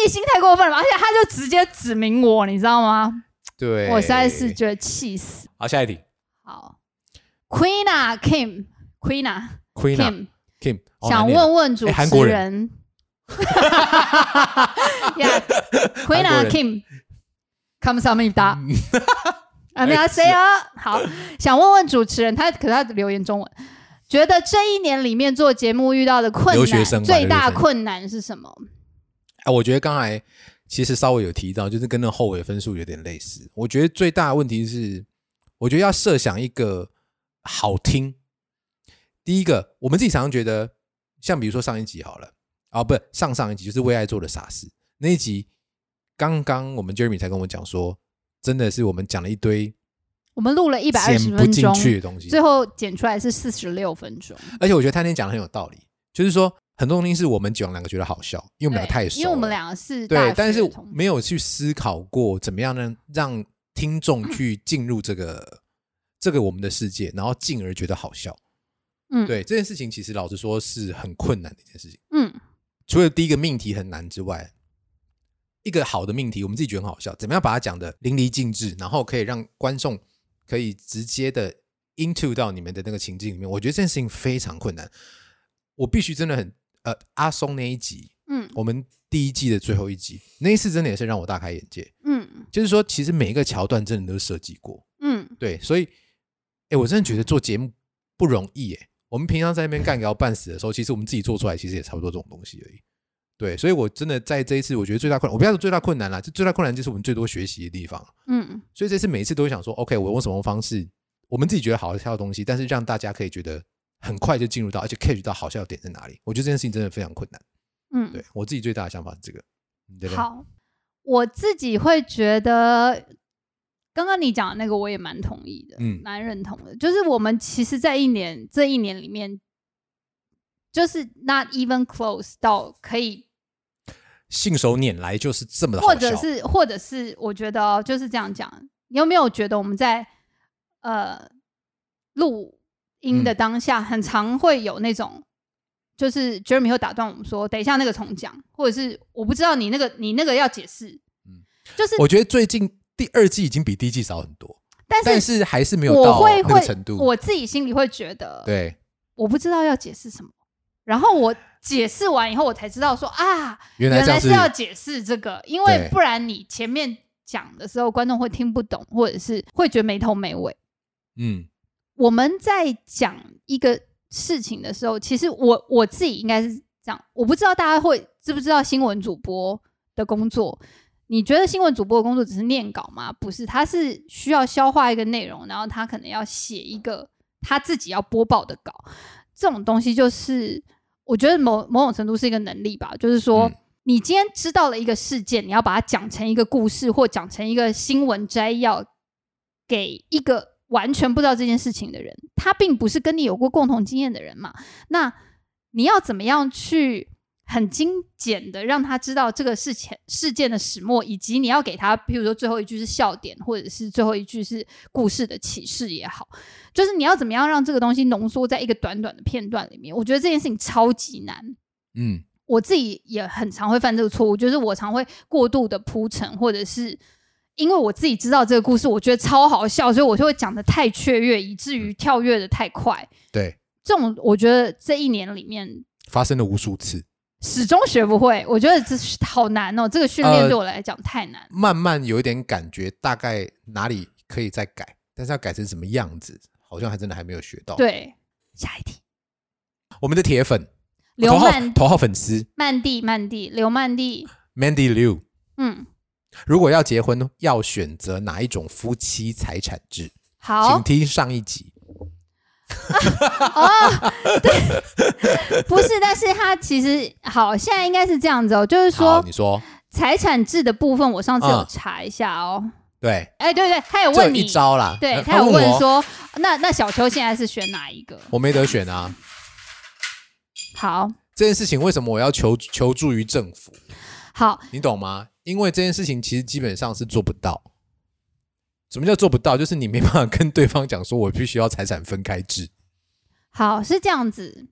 S3: 一心太过分了吧？而且他就直接指明我，你知道吗？
S1: 对，
S3: 我实在是觉得气死。
S1: 好，下一题
S3: 好，Queen a Kim Queen a
S1: ，Queen 啊
S3: Kim，
S1: Kim，哦
S3: 想
S1: 难念
S3: 问问主
S1: 哎韩国
S3: 持人。yeah, Queen
S1: 韩国
S3: a
S1: 人
S3: Kim comes on me 答。
S1: 嗯
S3: 啊，那谁啊？好，想问问主持人，他可是他留言中文，觉得这一年里面做节目遇到的困
S1: 留学生
S3: 难，
S1: 吧
S3: 最
S1: 留
S3: 大
S1: 学生
S3: 困难是什么？
S1: 哎，我觉得刚才其实稍微有提到，就是跟那后尾分数有点类似。我觉得最大的问题是，我觉得要设想一个好听。第一个，我们自己常常觉得，像比如说上一集好了，啊，不，上上一集就是为爱做的傻事那一集，刚刚我们 Jeremy 才跟我讲说，真的是我们讲了一堆
S3: 我们录了一百二
S1: 剪
S3: 十
S1: 不
S3: 分
S1: 进
S3: 钟，
S1: 去的东西，
S3: 最后剪出来是四十六分钟。
S1: 而且我觉得他那天讲的很有道理，就是说很多东西是我们讲两个觉得好笑，因为我们两个
S3: 对
S1: 太熟了，
S3: 因为我们两个是大
S1: 对，
S3: 学
S1: 但是
S3: 同
S1: 没有去思考过怎么样能让听众
S3: 嗯
S1: 去进入这个这个我们的世界，然后进而觉得好笑。
S3: 嗯
S1: 对这件事情，其实老实说是很困难的一件事情。
S3: 嗯
S1: 除了第一个命题很难之外，一个好的命题，我们自己觉得很好笑，怎么样把它讲的淋漓尽致，然后可以让观众可以直接的 into 到你们的那个情境里面？我觉得这件事情非常困难，我必须真的很呃，阿松那一集，
S3: 嗯
S1: 我们第一季的最后一集，那一次真的也是让我大开眼界，
S3: 嗯
S1: 就是说，其实每一个桥段真的都是设计过，
S3: 嗯，
S1: 对，所以，哎，我真的觉得做节目不容易，哎，我们平常在那边干聊半死的时候，其实我们自己做出来，其实也差不多这种东西而已。对，所以我真的在这一次，我觉得最大困难，我不要说最大困难啦，这最大困难就是我们最多学习的地方。
S3: 嗯
S1: 所以这次每一次都会想说，OK，我用什么方式，我们自己觉得好笑的东西，但是让大家可以觉得很快就进入到，而且 catch 到好笑的点在哪里。我觉得这件事情真的非常困难。
S3: 嗯，
S1: 对我自己最大的想法是这个，你的嘞，
S3: 好，我自己会觉得，刚刚你讲的那个我也蛮同意的，
S1: 嗯
S3: 蛮认同的。就是我们其实，在一年这一年里面，就是 not even close 到可以，
S1: 信手拈来就是这么的好
S3: 或
S1: 笑，
S3: 者是或者是，我觉得、哦、就是这样讲。你有没有觉得我们在呃录音的
S1: 嗯
S3: 当下，很常会有那种？就是 Jeremy 会打断我们说：“等一下那个重讲，或者是我不知道你那个你那个要解释。”
S1: 嗯
S3: 就是
S1: 我觉得最近第二季已经比第一季少很多，
S3: 但是
S1: 但是还是没有
S3: 我
S1: 到
S3: 会
S1: 那
S3: 会
S1: 个程度。
S3: 我自己心里会觉得，
S1: 对，
S3: 我不知道要解释什么，然后我解释完以后，我才知道说啊，
S1: 原来
S3: 原
S1: 这样
S3: 来
S1: 是
S3: 是要解释这个，因为
S1: 对
S3: 不然你前面讲的时候，观众会听不懂，或者是会觉得没头没尾。
S1: 嗯
S3: 我们在讲一个事情的时候，其实我我自己应该是这样，我不知道大家会知不知道新闻主播的工作。你觉得新闻主播的工作只是念稿吗？不是，他是需要消化一个内容，然后他可能要写一个他自己要播报的稿。这种东西就是，我觉得某某种程度是一个能力吧，就是说，
S1: 嗯
S3: 你今天知道了一个事件，你要把它讲成一个故事或讲成一个新闻摘要，给一个完全不知道这件事情的人，他并不是跟你有过共同经验的人嘛。那你要怎么样去很精简的让他知道这个事情事件的始末，以及你要给他，比如说最后一句是笑点，或者是最后一句是故事的启示也好，就是你要怎么样让这个东西浓缩在一个短短的片段里面。我觉得这件事情超级难。
S1: 嗯
S3: 我自己也很常会犯这个错误，就是我常会过度的铺陈，或者是因为我自己知道这个故事，我觉得超好笑，所以我就会讲的太雀跃，以至于跳跃的太快。
S1: 对，
S3: 这种我觉得这一年里面
S1: 发生了无数次，
S3: 始终学不会，我觉得这是好难哦，这个训练
S1: 呃
S3: 对我来讲太难。
S1: 慢慢有一点感觉，大概哪里可以再改，但是要改成什么样子，好像还真的还没有学到。，
S3: 对，下一题，
S1: 我们的铁粉，
S3: 刘
S1: 哦头号
S3: 曼
S1: 头号粉丝
S3: 曼蒂曼蒂刘曼蒂，
S1: Mandy Liu，
S3: 嗯，
S1: 如果要结婚，要选择哪一种夫妻财产制？
S3: 好
S1: 请，听上一集。
S3: 不是，但是他其实好，现在应该是这样子哦，就是
S1: 好，
S3: 说
S1: 你说，
S3: 财产制的部分，我上次有
S1: 嗯
S3: 查一下哦。
S1: 对，
S3: 哎，对对，他有
S1: 这
S3: 问
S1: 一
S3: 你，
S1: 招啦。
S3: 对
S1: 呃
S3: 他有
S1: 问
S3: 问
S1: 我，
S3: 说，那那小秋现在是选哪一个？
S1: 我没得选啊。
S3: 好
S1: 这件事情为什么我要求求助于政府？
S3: 好，
S1: 你懂吗？因为这件事情其实基本上是做不到。什么叫做不到？就是你没办法跟对方讲说，我必须要财产分开制。
S3: 好，是这样子。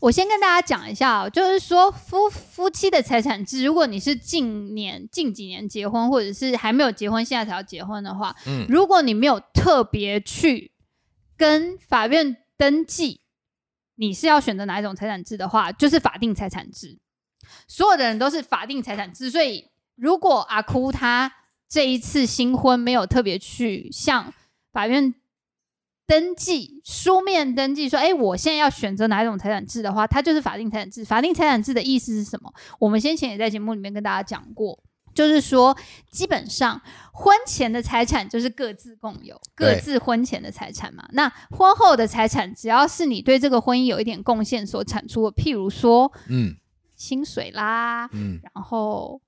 S3: 我先跟大家讲一下、哦，就是说夫夫妻的财产制，如果你是近年近几年结婚，或者是还没有结婚，现在才要结婚的话，
S1: 嗯
S3: 如果你没有特别去跟法院登记，你是要选择哪一种财产制的话，就是法定财产制。所有的人都是法定财产制，所以如果阿哭他这一次新婚没有特别去向法院登记、书面登记说，哎，我现在要选择哪一种财产制的话，它就是法定财产制。法定财产制的意思是什么？我们先前也在节目里面跟大家讲过。就是说，基本上婚前的财产就是各自共有，各
S1: 对
S3: 自婚前的财产嘛。那婚后的财产，只要是你对这个婚姻有一点贡献所产出的，譬如说
S1: 嗯
S3: 薪水啦，
S1: 嗯，
S3: 然后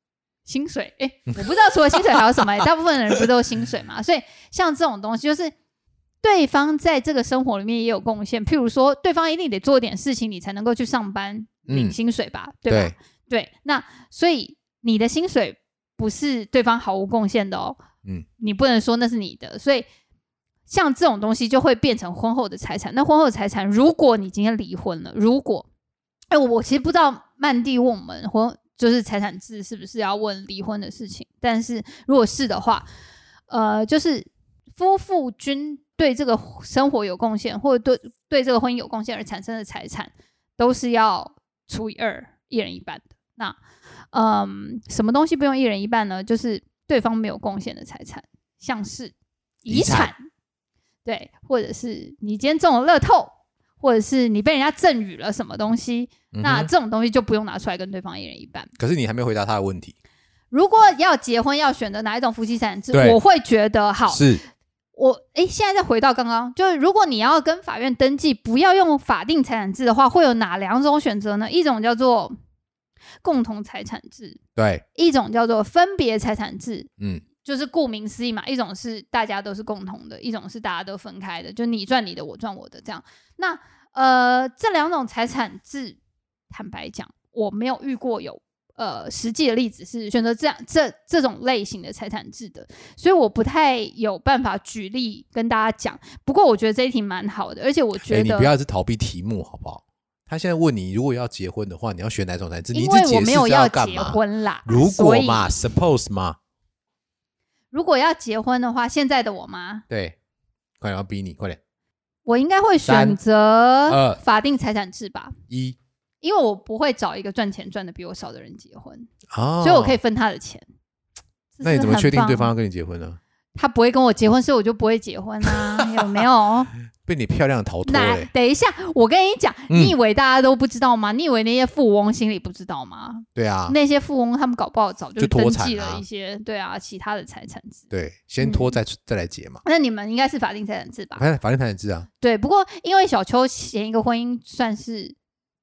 S3: 薪水，哎、我不知道除了薪水还有什么、大部分的人不都是薪水嘛？所以像这种东西，就是对方在这个生活里面也有贡献，譬如说，对方一定得做点事情，你才能够去上班领
S1: 嗯
S3: 薪水吧，对吧？
S1: 对，
S3: 对，那所以你的薪水不是对方毫无贡献的哦，
S1: 嗯，
S3: 你不能说那是你的，所以像这种东西就会变成婚后的财产。那婚后的财产，如果你今天离婚了，如果，哎，我我其实不知道曼蒂问我们婚就是财产制是不是要问离婚的事情，但是如果是的话，呃，就是夫妇均对这个生活有贡献，或者对对这个婚姻有贡献而产生的财产，都是要除以二，一人一半的。那嗯，什么东西不用一人一半呢？就是对方没有贡献的财产，像是
S1: 遗
S3: 遗
S1: 产
S3: 产，对，或者是你今天中了乐透，或者是你被人家赠予了什么东西，
S1: 嗯哼
S3: 那这种东西就不用拿出来跟对方一人一半。
S1: 可是你还没回答他的问题，
S3: 如果要结婚，要选择哪一种夫妻财产制
S1: 对，
S3: 我会觉得好。
S1: 是
S3: 我诶，现在再回到刚刚，就是如果你要跟法院登记，不要用法定财产制的话，会有哪两种选择呢？一种叫做共同财产制，
S1: 对，
S3: 一种叫做分别财产制。
S1: 嗯，
S3: 就是顾名思义嘛，一种是大家都是共同的，一种是大家都分开的，就你赚你的，我赚我的这样。那呃，这两种财产制，坦白讲，我没有遇过有呃实际的例子是选择这样这这种类型的财产制的，所以我不太有办法举例跟大家讲。不过我觉得这一题蛮好的，而且我
S1: 哎，
S3: 觉
S1: 你
S3: 得
S1: 不要是逃避题目好不好？他现在问你，如果要结婚的话，你要选哪种男子？你
S3: 因
S1: 一直
S3: 为
S1: 解
S3: 我
S1: 释
S3: 没有
S1: 是
S3: 要
S1: 干
S3: 结
S1: 嘛？
S3: 婚啦，
S1: 如
S3: 所
S1: 果
S3: 以
S1: 嘛，suppose 嘛，
S3: 如果要结婚的话，现在的我妈
S1: 对，快点，我要逼你，快点，
S3: 我应该会
S1: 三呃
S3: 选择
S1: 二
S3: 法定财产制吧，
S1: 一
S3: 因为我不会找一个赚钱赚的比我少的人结婚，
S1: 啊，
S3: 所以我可以。分他的钱。这
S1: 那你
S3: 是
S1: 怎
S3: 不是
S1: 么确
S3: 很
S1: 定对
S3: 棒
S1: 方要跟你结婚呢？
S3: 他不会跟我结婚，所以我就不会结婚啊？有没 有？
S1: 被你漂亮地逃脱欸
S3: 那
S1: 嘞，
S3: 等一下，我跟你讲，
S1: 嗯
S3: 你以为大家都不知道吗？你以为那些富翁心里不知道吗？
S1: 对啊，
S3: 那些富翁他们搞不好早就
S1: 就脱
S3: 登
S1: 产
S3: 记
S1: 啊
S3: 了一些，对啊，其他的财产制。
S1: 对，先拖再
S3: 嗯
S1: 再来结嘛，
S3: 那你们应该是法定财产制吧？
S1: 反正法律才能知啊，
S3: 对，不过因为小邱前一个婚姻算是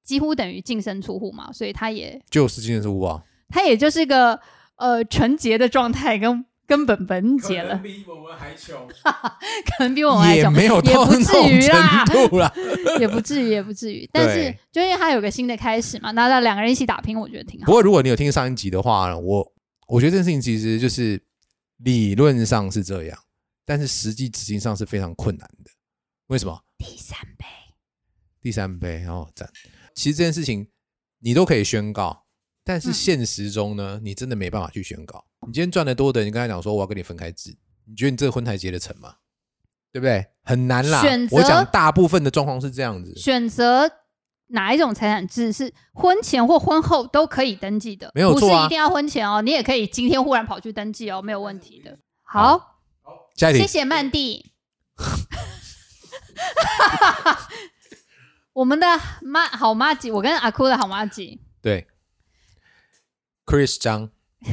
S3: 几乎等于净身出户嘛，所以他也
S1: 就是今天是无啊，
S3: 他也就是个呃纯洁的状态，跟根本本洁
S2: 可能
S3: 了，
S2: 比我们还穷。
S3: 可能比我们还
S1: 也
S3: 穷，
S1: 没有
S3: 也
S1: 到
S3: 不
S1: 那
S3: 至于啦
S1: 种程度啦。
S3: 也不至于，也不至于。但是
S1: 对
S3: 就因为他有个新的开始嘛，那那两个人一起打拼，我觉得挺
S1: 不
S3: 好。
S1: 过如果你有听上一集的话，我我觉得这件事情其实就是理论上是这样，但是实际执行上是非常困难的。为什么？
S3: 第三杯，
S1: 第三杯哦，赞。其实这件事情你都可以宣告，但是
S3: 嗯
S1: 现实中呢，你真的没办法去宣告。你今天赚得多的，你刚才讲说我要跟你分开治，你觉得你这个婚才结得成吗？对不对？很难啦
S3: 选。择
S1: 我讲大部分的状况是这样子，
S3: 选择哪一种财产制是婚前或婚后都可以登记的，
S1: 没有
S3: 不是
S1: 错啊
S3: 一定要婚前哦，你也可以今天忽然跑去登记哦，没有问题的。
S1: 好
S3: 好
S1: 下一
S3: 谢
S1: 题，
S3: 谢曼蒂。 我们的妈好妈吉，我跟阿哭的好妈吉，
S1: 对，Chris 张，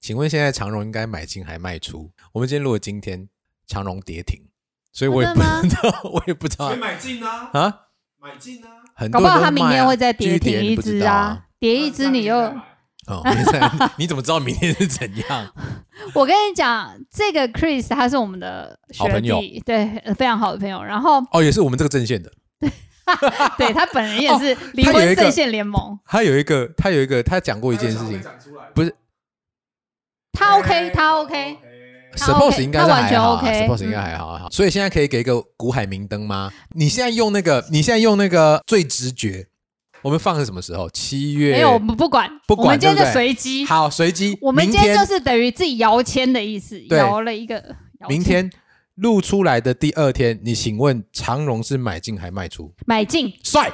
S1: 请问现在长荣应该买进还卖出？我们今天如果今天长荣跌停，所以我也
S3: 真
S1: 不
S3: 的吗
S1: 知道， 我也不知道
S2: 可以买进啊，
S1: 啊。
S2: 买进啊，
S1: 很多
S3: 搞
S1: 人
S3: 不好
S1: 都
S3: 他明
S1: 卖
S3: 天
S1: 啊
S3: 会再
S1: 继续
S3: 跌停
S1: 你
S3: 一
S1: 不知
S3: 只
S1: 道啊。
S3: 啊，跌一只你就。
S1: 哦， 明天你怎么知道明天是怎样？
S3: 我跟你讲，这个 Chris 他是我们的
S1: 好
S3: 学
S1: 朋友
S3: 弟，对，非常好的朋友。然后
S1: 哦，也是我们这个阵线的。
S3: 对他本 人也是离
S1: 哦他有一
S3: 婚
S1: 个
S3: 阵线联盟，
S1: 他有一个，他有一个，他讲过一件事情不是
S2: 哎
S3: 他 OK，他 OK，他
S1: ，suppose
S3: OK，
S1: 应该是
S3: 他完
S1: 还
S3: 全
S1: 好啊
S3: OK，嗯
S1: ，suppose 应该还好还好。所以现在可以给一个股海明灯吗？你现在用那个，你现在用那个最直觉，我们放是什么时候？七月？
S3: 没有我们不管，
S1: 不管
S3: 我们今天
S1: 对
S3: 就
S1: 不对
S3: 随机。
S1: 好，随机。
S3: 我们
S1: 明
S3: 今天就是等于自己摇签的意思，
S1: 对
S3: 摇了一个。摇
S1: 明
S3: 签
S1: 天录出来的第二天，你请问长荣是买进还卖出？
S3: 买进
S1: 帅！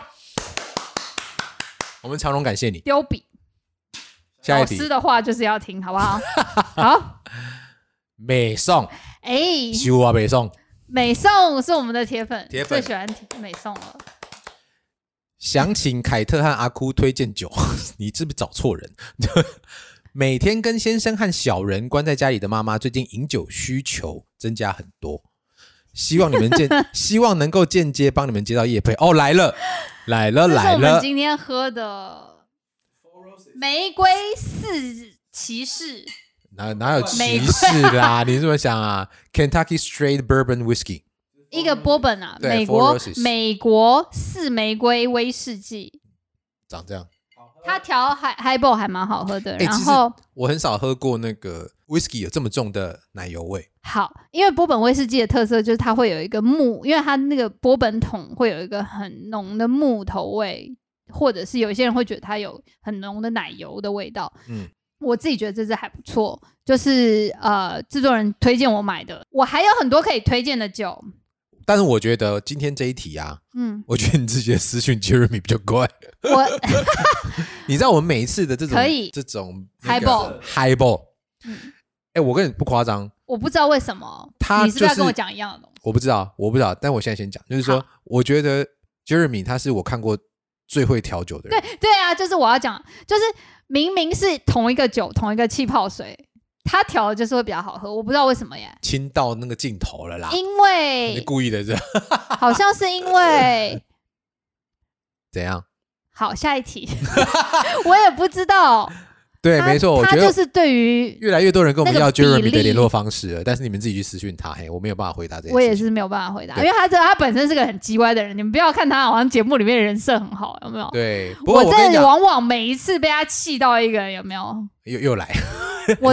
S1: 我们长荣感谢你。
S3: 丢笔，
S1: 下
S3: 老
S1: 一题
S3: 师，的话就是要听，好 不好？好，
S1: 美颂，
S3: 哎、
S1: 修啊美颂，
S3: 美颂是我们的铁粉，
S1: 铁粉
S3: 最喜欢听美颂了。
S1: 想请凯特和阿哭推荐酒， 你是不是找错人？ 每天跟先生和小人关在家里的妈妈，最近饮酒需求增加很多，希望你们 间希望能够间接帮你们接到叶配哦，来了，来了，
S3: 这是
S1: 来
S3: 我们
S1: 了，
S3: 今天喝的玫瑰四骑士，
S1: 哪哪有
S3: 美
S1: 歧
S3: 国
S1: 视啦？你是怎么想啊？Kentucky Straight Bourbon Whiskey，
S3: 一个波本啊，
S1: 对 Four
S3: 美国
S1: Roses
S3: 美国四玫瑰威士忌，
S1: 长这样，
S3: 它调海海 l 还蛮好喝的。
S1: 哎
S3: 然
S1: 其实
S3: 后
S1: 我很少喝过那个 Whiskey 有这么重的奶油味，
S3: 好，因为波本威士忌的特色就是它会有一个木，因为它那个波本桶会有一个很浓的木头味，或者是有一些人会觉得它有很浓的奶油的味道。
S1: 嗯，
S3: 我自己觉得这支还不错，就是呃，制作人推荐我买的。我还有很多可以推荐的酒，
S1: 但是我觉得今天这一题啊，
S3: 嗯，
S1: 我觉得你直接私讯 Jeremy 比较快。
S3: 我
S1: 你知道我们每一次的这种
S3: 可以
S1: 这种
S3: Highball
S1: highball，
S3: 嗯
S1: 哎，我跟你不夸张，
S3: 我不知道为什么，
S1: 他
S3: 你是不是
S1: 就
S3: 要
S1: 是
S3: 跟我讲一样的东西？
S1: 我不知道，我不知道，但我现在先讲，就是说
S3: 好，
S1: 我觉得 Jeremy 他是我看过最会调酒的人。
S3: 对啊，就是我要讲，就是明明是同一个酒，同一个气泡水，它调的就是会比较好喝，我不知道为什么耶，
S1: 亲到那个尽头了啦，
S3: 因
S1: 你
S3: 为
S1: 故意的这
S3: 好像是因为
S1: 怎样？
S3: 好下 一题，我也不知道，
S1: 对，
S3: 他
S1: 没错，我
S3: 他
S1: 觉
S3: 就
S1: 得
S3: 是对于
S1: 越来越多人跟我们
S3: 那个
S1: 要
S3: 比
S1: Jeremy 的
S3: 例
S1: 联络方式了，但是你们自己去私讯他，嘿，我没有办法回答这件事情。
S3: 我也是没有办法回答，因
S1: 对
S3: 为他这他本身是个很叽歪的人，你们不要看他好像节目里面的人设很好，有没有？
S1: 对，不过
S3: 我
S1: 我跟你
S3: 真的
S1: 讲，
S3: 往往每一次被他气到一个，有没有？
S1: 又又来，
S3: 我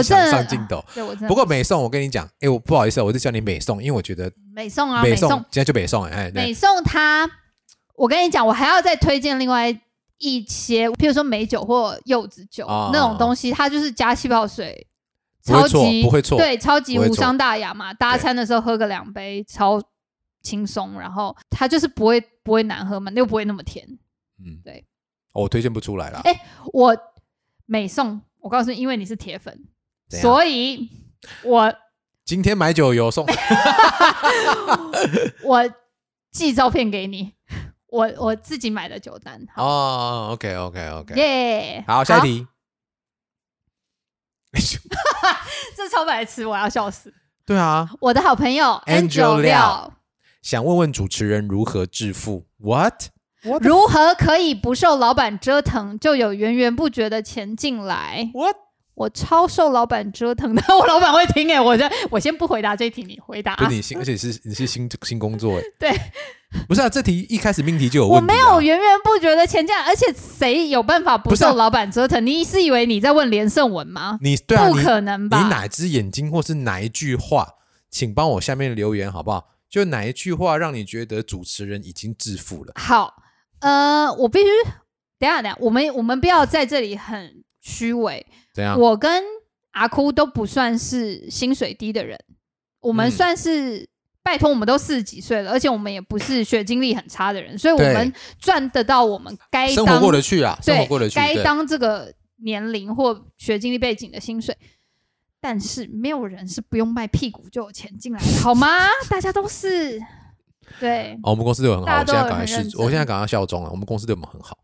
S1: 想
S3: 真的
S1: 上镜头。
S3: 对我真的
S1: 不过美颂，我跟你讲，哎，我不好意思啊，我就叫你美颂，因为我觉得
S3: 美颂啊，
S1: 美
S3: 美
S1: 颂
S3: 颂
S1: 今天就美颂，哎，对
S3: 美颂它，我跟你讲，我还要再推荐另外一些，譬如说美酒或柚子酒、
S1: 哦
S3: 那种东西，它就是加气泡水，
S1: 不会
S3: 超
S1: 错
S3: 级
S1: 不会错
S3: 对，超级
S1: 不会
S3: 无
S1: 错
S3: 伤大雅嘛。搭
S1: 对
S3: 餐的时候喝个两杯，超轻松，然后它就是不会不会难喝嘛，又不会那么甜。
S1: 嗯，
S3: 对
S1: 哦，我推荐不出来啦。
S3: 哎我美颂，我告诉你，因为你是铁粉，
S1: 怎样
S3: 所以我
S1: 今天买酒 有送，
S3: 我寄照片给你，我我自己买的酒单，好
S1: 哦，OK OK OK，
S3: 耶
S1: 好，下一题。
S3: 这超白痴，我要笑死！
S1: 对啊，
S3: 我的好朋友
S1: Angel
S3: Angel
S1: 廖
S3: 廖
S1: 想问问主持人如何致富？What？What？
S3: 如何可以不受老板折腾，就有源源不绝的钱进来？
S1: What？
S3: 我超受老板折腾的，我老板会听哎、我这我先不回答这一题，你回答、
S1: 不
S3: 啊
S1: 是。你新，而且是你是新新工作哎。
S3: 对，
S1: 不是啊，这题一开始命题就有
S3: 我
S1: 问题
S3: 没
S1: 啊。
S3: 有源源不绝的钱进来，啊而且谁有办法不
S1: 不是啊
S3: 受老板折腾？你是以为你在问连胜文吗？
S1: 你对啊，
S3: 不
S1: 你
S3: 可能吧
S1: 你哪只眼睛或是哪一句话，请帮我下面留言好不好？就哪一句话让你觉得主持人已经致富了？
S3: 好，呃，我必须等一下等一下，我们我们不要在这里很虚伪，
S1: 怎样？
S3: 我跟阿哭都不算是薪水低的人，我们
S1: 嗯
S3: 算是、拜托，我们都四十几岁了，而且我们也不是学经历很差的人，所以我
S1: 对
S3: 们赚得到我们该当
S1: 生活过得去啊，
S3: 对
S1: 生活过得去。
S3: 该
S1: 对
S3: 当这个年龄或学经历背景的薪水。但是没有人是不用卖屁股就有钱进来的，好吗？大家都是对
S1: 哦，我们公司对我很好，
S3: 大
S1: 我现
S3: 家都
S1: 在赶快
S3: 很
S1: 试
S3: 认，
S1: 我现在
S3: 真
S1: 赶快效忠了。我们公司对我们很好，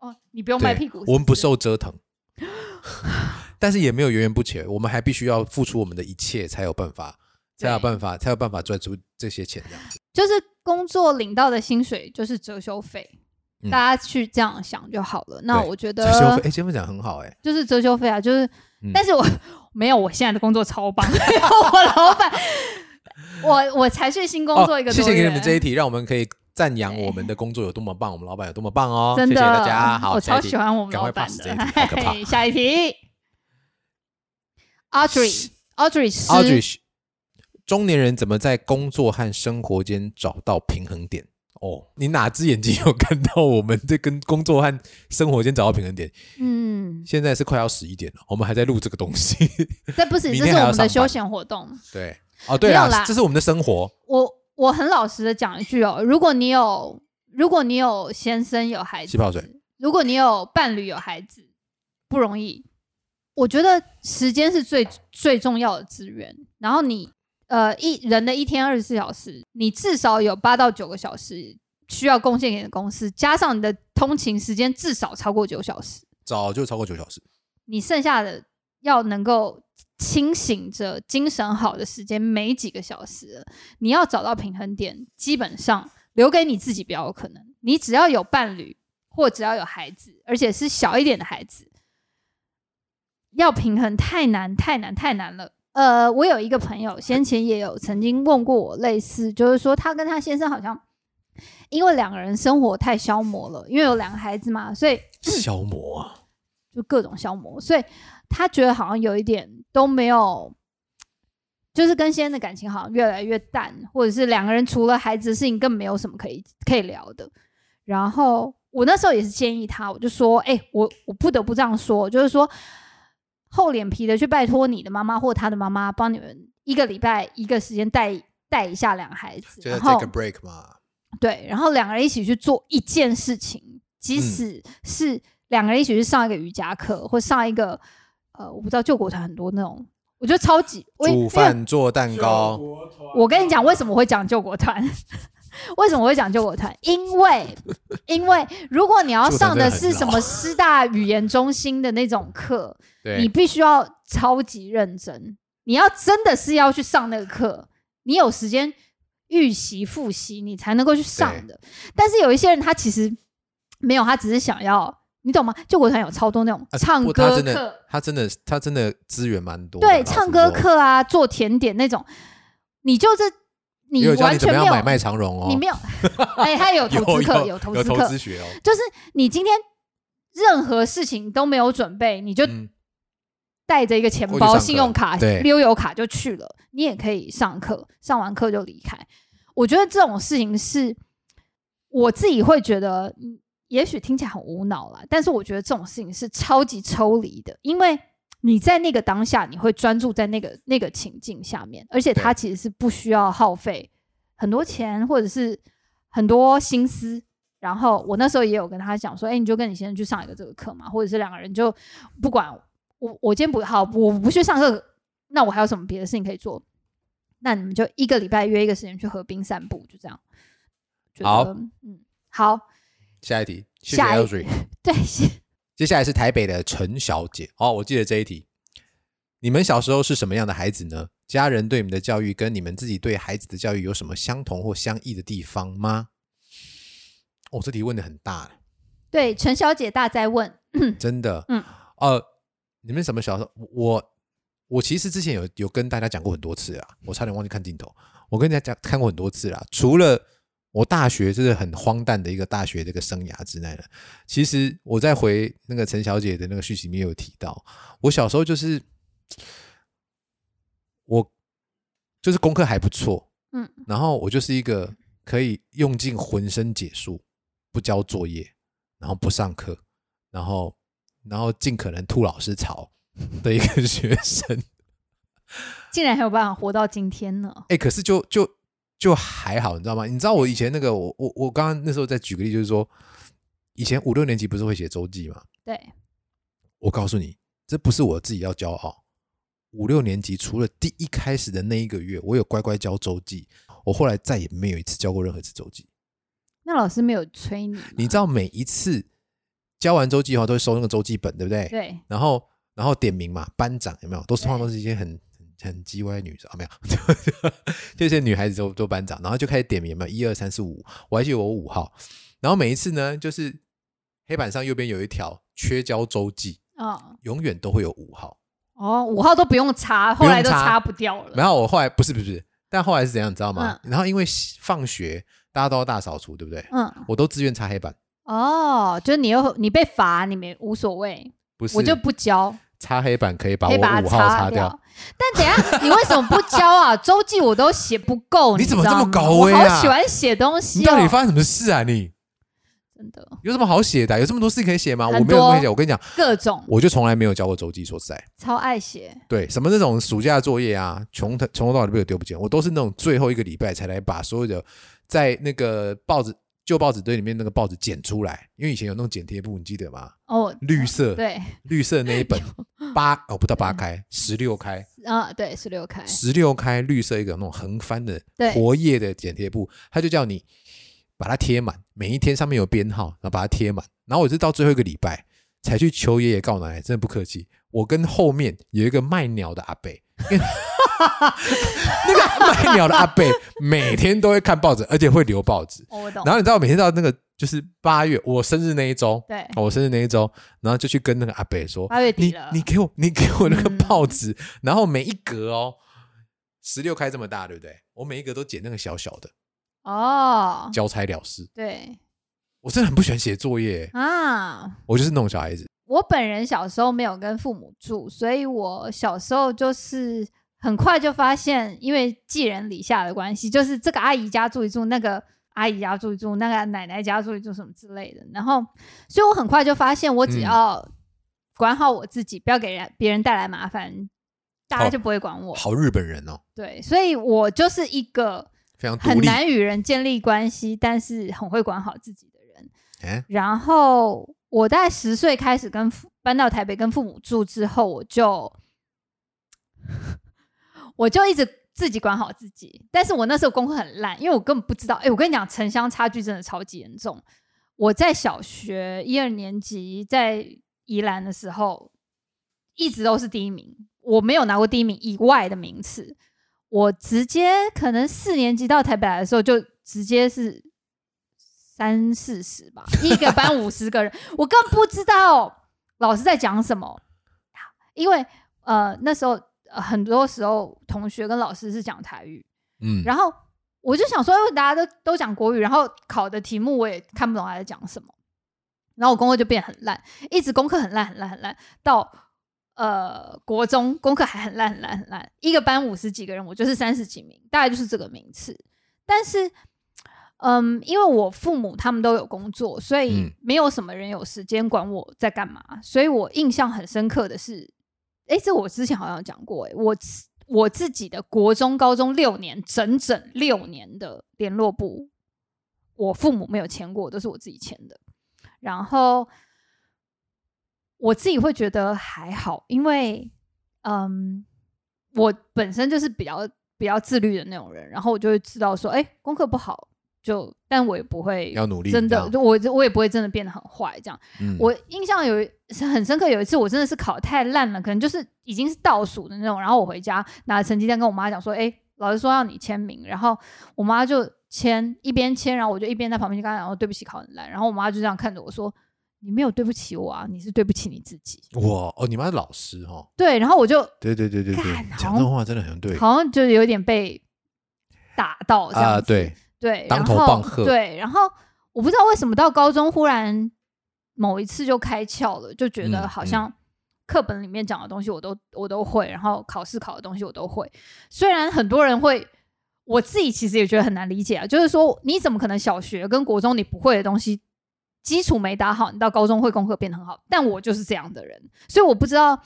S3: 哦，你不用卖
S1: 对，
S3: 屁股，
S1: 我们不
S3: 是是
S1: 受折腾， 但是也没有源源不绝，我们还必须要付出我们的一切，才有办法，才有
S3: 对
S1: 办法，才有办法赚出这些钱这样子。
S3: 就是工作领到的薪水就是遮羞费，
S1: 嗯
S3: 大家去这样想就好了。那
S1: 对
S3: 我觉得
S1: 这修费，哎，这份讲很好哎，
S3: 就是遮羞费啊，就是，
S1: 嗯
S3: 但是我没有，我现在的工作超棒， 我老板，我我才去 新工作一个
S1: 哦
S3: 多
S1: 谢
S3: 月，
S1: 谢给你们这一 题，让我们可以赞扬我们的工作有多么棒，我们老板有多么棒哦，
S3: 真
S1: 谢
S3: 的
S1: 谢大家。好，
S3: 我
S1: 下
S3: 超
S1: 一题
S3: 喜欢我们
S1: 赶快
S3: 老板
S1: pass 这
S3: 的
S1: 一题，好可。怕
S3: 嘿下 一题，Audrey。Audrey 是
S1: Audrey，中年人怎么在工作和生活间找到平衡点？哦，你哪只眼睛有看到我们这跟工作和生活间找到平衡点？
S3: 嗯，
S1: 现在是快要十一点了，我们还在录这个东西。
S3: 这不是，
S1: 明天
S3: 这是
S1: 还
S3: 我
S1: 要
S3: 们的
S1: 上
S3: 休
S1: 班
S3: 闲活动。
S1: 对，哦，对
S3: 没有
S1: 啦，
S3: 啦
S1: 这是我们的生活。
S3: 我我很老实的讲一句哦，如果你有如果你有先生有孩子，
S1: 气泡水
S3: 如果你有伴侣有孩子，不容易。我觉得时间是最最重要的资源，然后你呃一人的一天二十四小时，你至少有八到九个小时需要贡献给你的公司，加上你的通勤时间至少超过九小时，
S1: 早就超过九小时，
S3: 你剩下的要能够清醒着、精神好的时间没几个小时了，你要找到平衡点，基本上留给你自己比较有可能。你只要有伴侣，或只要有孩子，而且是小一点的孩子，要平衡太难、太难、太难了。呃，我有一个朋友，先前也有曾经问过我类似，就是说他跟他先生好像因为两个人生活太消磨了，因为有两个孩子嘛，所以
S1: 消磨啊。
S3: 就各种消磨，所以他觉得好像有一点都没有，就是跟先生的感情好像越来越淡，或者是两个人除了孩子的事情更没有什么可以可以聊的。然后我那时候也是建议他，我就说，哎、我我不得不这样说，就是说厚脸皮的去拜托你的妈妈或他的妈妈帮你们一个礼拜一个时间带带一下两个孩子，
S1: 就
S3: 然
S1: 是
S3: 后
S1: take a break 嘛。
S3: 对，然后两个人一起去做一件事情，即
S1: 嗯
S3: 使是两个人一起去上一个瑜伽课，或上一个呃，我不知道救国团很多那种，我觉得超级我因
S1: 煮
S3: 为
S1: 饭做蛋
S2: 救
S1: 糕，
S2: 国团
S3: 我跟你讲，为什么我会讲救国团？ 为什么我会讲救国团？因为因为如果你要
S1: 救国团
S3: 上
S1: 真
S3: 的
S1: 的
S3: 是
S1: 很
S3: 什
S1: 老
S3: 么师大语言中心的那种课，你
S1: 对，
S3: 必须要超级认真，你要真的是要去上那个课，你有时间预习复习，你才能够去上的。但是有一些人他其实没有，他只是想要，你懂吗？救国团有超多那种
S1: 啊
S3: 唱
S1: 不过他
S3: 歌
S1: 真
S3: 课
S1: 的，，他真的，他真的资源蛮多的。
S3: 对，
S1: 老实
S3: 唱
S1: 说，
S3: 歌课啊，做甜点那种，你就是
S1: 也
S3: 你
S1: 有教
S3: 完
S1: 你怎么
S3: 全
S1: 样
S3: 没有，
S1: 买卖长融哦。
S3: 你没 有，哎，他有投资课，
S1: 有
S3: 投
S1: 有
S3: 资
S1: 投
S3: 课
S1: 资，学哦，
S3: 就是你今天任何事情都没有准备，你就
S1: 嗯，
S3: 带着一个钱
S1: 过去上
S3: 包、
S1: 课
S3: 信用卡
S1: 对、
S3: 悠游卡就去了。你也可以上课，上完课就离开。我觉得这种事情是我自己会觉得，嗯也许听起来很无脑啦，但是我觉得这种事情是超级抽离的，因为你在那个当下，你会专注在那个那个情境下面，而且它其实是不需要耗费很多钱或者是很多心思。然后我那时候也有跟他讲说，哎、你就跟你先生去上一个这个课嘛，或者是两个人就不管我我今天不好，我不去上课，那我还有什么别的事情可以做？那你们就一个礼拜约一个时间去河滨散步，就这样。觉得
S1: 好，
S3: 嗯，好，
S1: 下一题，谢谢
S3: 下一
S1: Elry。
S3: 对，是
S1: 接下来是台北的陈小姐。哦，我记得这一题。你们小时候是什么样的孩子呢？家人对你们的教育跟你们自己对孩子的教育有什么相同或相异的地方吗？哦，这题问的很大，
S3: 对，陈小姐大在问，
S1: 真的。
S3: 嗯，
S1: 呃，你们什么小时候？我我其实之前有有跟大家讲过很多次啊，
S3: 嗯
S1: 我差点忘记看镜头。我跟大家讲看过很多次啦，除了我大学就是很荒诞的一个大学这个生涯之外呢，其实我在回那个陈小姐的那个讯息里面有提到，我小时候就是我就是功课还不错，
S3: 嗯，
S1: 然后我就是一个可以用尽浑身解数，不交作业，然后不上课，然后然后尽可能吐老师槽 的一个学生。
S3: 竟然还有办法活到今天呢？
S1: 哎、可是就就就还好，你知道吗？你知道我以前那个我我我刚刚那时候再举个例，就是说以前五六年级不是会写周记吗？
S3: 对，
S1: 我告诉你，这不是我自己要骄傲。五六年级除了第一开始的那一个月，我有乖乖交周记，我后来再也没有一次交过任何一次周记。
S3: 那老师没有催你吗，
S1: 你知道每一次交完周记的话，都会收那个周记本，对不对？
S3: 对，
S1: 然后然后点名嘛，班长有没有？都是通常都是一些很很很叽歪的女生啊，没有， 就一些女孩子都都班长，然后就开始点名，有没有？一二三四五，我还记得我五号。然后每一次呢，就是黑板上右边有一条缺交周记，
S3: 嗯，
S1: 永远都会有五号。
S3: 哦，五号都不用查，
S1: 不
S3: 后
S1: 用
S3: 来都
S1: 查
S3: 擦不掉了。
S1: 然后我后来不是不是不是，但后来是怎样，你知道吗？然后因为放学大家都要大扫除，对不对？
S3: 嗯，
S1: 我都自愿擦黑板，
S3: 哦，就是你又你被罚，你没无所谓，
S1: 不是
S3: 我就不交。
S1: 擦黑板可以把
S3: 可以把
S1: 我
S3: 它
S1: 五号擦
S3: 掉。。但等一下，你为什么不交啊？ 周记我都写不够，
S1: 你
S3: 你
S1: 怎么
S3: 知
S1: 这
S3: 道
S1: 么
S3: 吗
S1: 搞
S3: 我
S1: 威
S3: 好
S1: 啊
S3: 喜欢写东
S1: 你
S3: 西
S1: 到底
S3: 哦，
S1: 发生什么事啊你？
S3: 真的
S1: 有什么好写的啊、有这么多事可以写吗？我
S3: 很
S1: 没有
S3: 多
S1: 东西写。我跟你讲，
S3: 各种
S1: 我就从来没有交过周记。说实在，
S3: 超爱写。
S1: 对什么那种暑假作业啊，穷的从头到尾都被我丢不见。我都是那种最后一个礼拜才来把所有的在那个报纸旧报纸堆里面那个报纸剪出来，因为以前有那种剪贴簿，你记得吗？
S3: 哦，
S1: 绿色，
S3: 对，
S1: 绿色那一本八哦不到八开，十六开，
S3: 啊，对，十六开，
S1: 十六开绿色一个那种横翻的
S3: 对
S1: 活页的剪贴布，他就叫你把它贴满，每一天上面有编号，然后把它贴满。然后我是到最后一个礼拜才去求爷爷告奶奶，真的不客气。我跟后面有一个卖鸟的阿 伯，因为那个卖鸟的阿伯 每天都会看报纸，而且会留报纸。
S3: 哦我懂
S1: 然。后你知道，每天到那个就是八月我生日那一周，
S3: 对，
S1: 哦我生日那一周，然后就去跟那个阿伯说，
S3: 八月底
S1: 你
S3: 了，
S1: 你给我 你给我那个
S3: 嗯
S1: 报纸，然后每一格哦，十六开这么大，对不对？我每一格都剪那个小小的，
S3: 哦，
S1: 交差了事。
S3: 对
S1: 我真的很不喜欢写作业，
S3: 啊，
S1: 我就是那种小孩子。
S3: 我本人小时候没有跟父母住，所以我小时候就是很快就发现，因为寄人篱下的关系，就是这个阿姨家住一住，那个阿姨家住一住，那个奶奶家住一住什么之类的。然后，所以我很快就发现，我只
S1: 嗯
S3: 要管好我自己，不要给人别人带来麻烦，大
S1: 好
S3: 家就不会管我。
S1: 好日本人哦，
S3: 对，所以我就是一个
S1: 非常独
S3: 很
S1: 立。
S3: 难与人建立关系，但是很会管好自己的人。
S1: 哎，
S3: 然后我在十岁开始跟父搬到台北跟父母住之后，我就我就一直自己管好自己。但是我那时候功课很烂，因为我根本不知道。哎，我跟你讲，城乡差距真的超级严重。我在小学一二年级在宜兰的时候，一直都是第一名，我没有拿过第一名以外的名次。我直接可能四年级到台北来的时候，就直接是三四十吧， 一个班五十个人，我更不知道老师在讲什么，因为呃那时候、呃很多时候同学跟老师是讲台语，
S1: 嗯，
S3: 然后我就想说，因为大家都都讲国语，然后考的题目我也看不懂他在讲什么，然后我功课就变很烂，一直功课很烂很烂很烂，到呃国中功课还很烂很烂很烂，一个班五十几个人，我就是三十几名，大概就是这个名次。但是，嗯，因为我父母他们都有工作，所以
S1: 嗯
S3: 没有什么人有时间管我在干嘛，所以我印象很深刻的是，诶，这我之前好像有讲过、诶，我自我自己的国中、高中六年，整整六年的联络簿，我父母没有签过，都是我自己签的。然后我自己会觉得还好，因为嗯，我本身就是比较比较自律的那种人，然后我就会知道说，哎、功课不好就，但我也不会
S1: 要努力
S3: 真
S1: 这
S3: 的
S1: 样，
S3: 就我我也不会真的变得很坏这样。
S1: 嗯
S3: 我印象有一是很深刻，有一次我真的是考太烂了，可能就是已经是倒数的那种。然后我回家拿成绩单跟我妈讲说：“哎、老师说要你签名。”然后我妈就签，一边签，然后我就一边在旁边就跟她讲说：“对不起，考很烂。”然后我妈就这样看着我说：“你没有对不起我啊，你是对不起你自己。
S1: 哇哦，你妈是老师哦，”
S3: 对，然后我就
S1: 对对对对对
S3: 干，
S1: 讲
S3: 好
S1: 这种话真的很对
S3: 好像就有点被打到这样
S1: 啊、
S3: 子
S1: 对，
S3: 对，
S1: 当
S3: 然
S1: 头
S3: 后
S1: 棒喝
S3: 对，然后我不知道为什么到高中忽然某一次就开窍了，就觉得
S1: 嗯
S3: 好
S1: 嗯
S3: 像课本里面讲的东西我都我都会，然后考试考的东西我都会。虽然很多人会，我自己其实也觉得很难理解啊，就是说你怎么可能小学跟国中你不会的东西？基础没打好，你到高中会功课变得很好，但我就是这样的人，所以我不知道，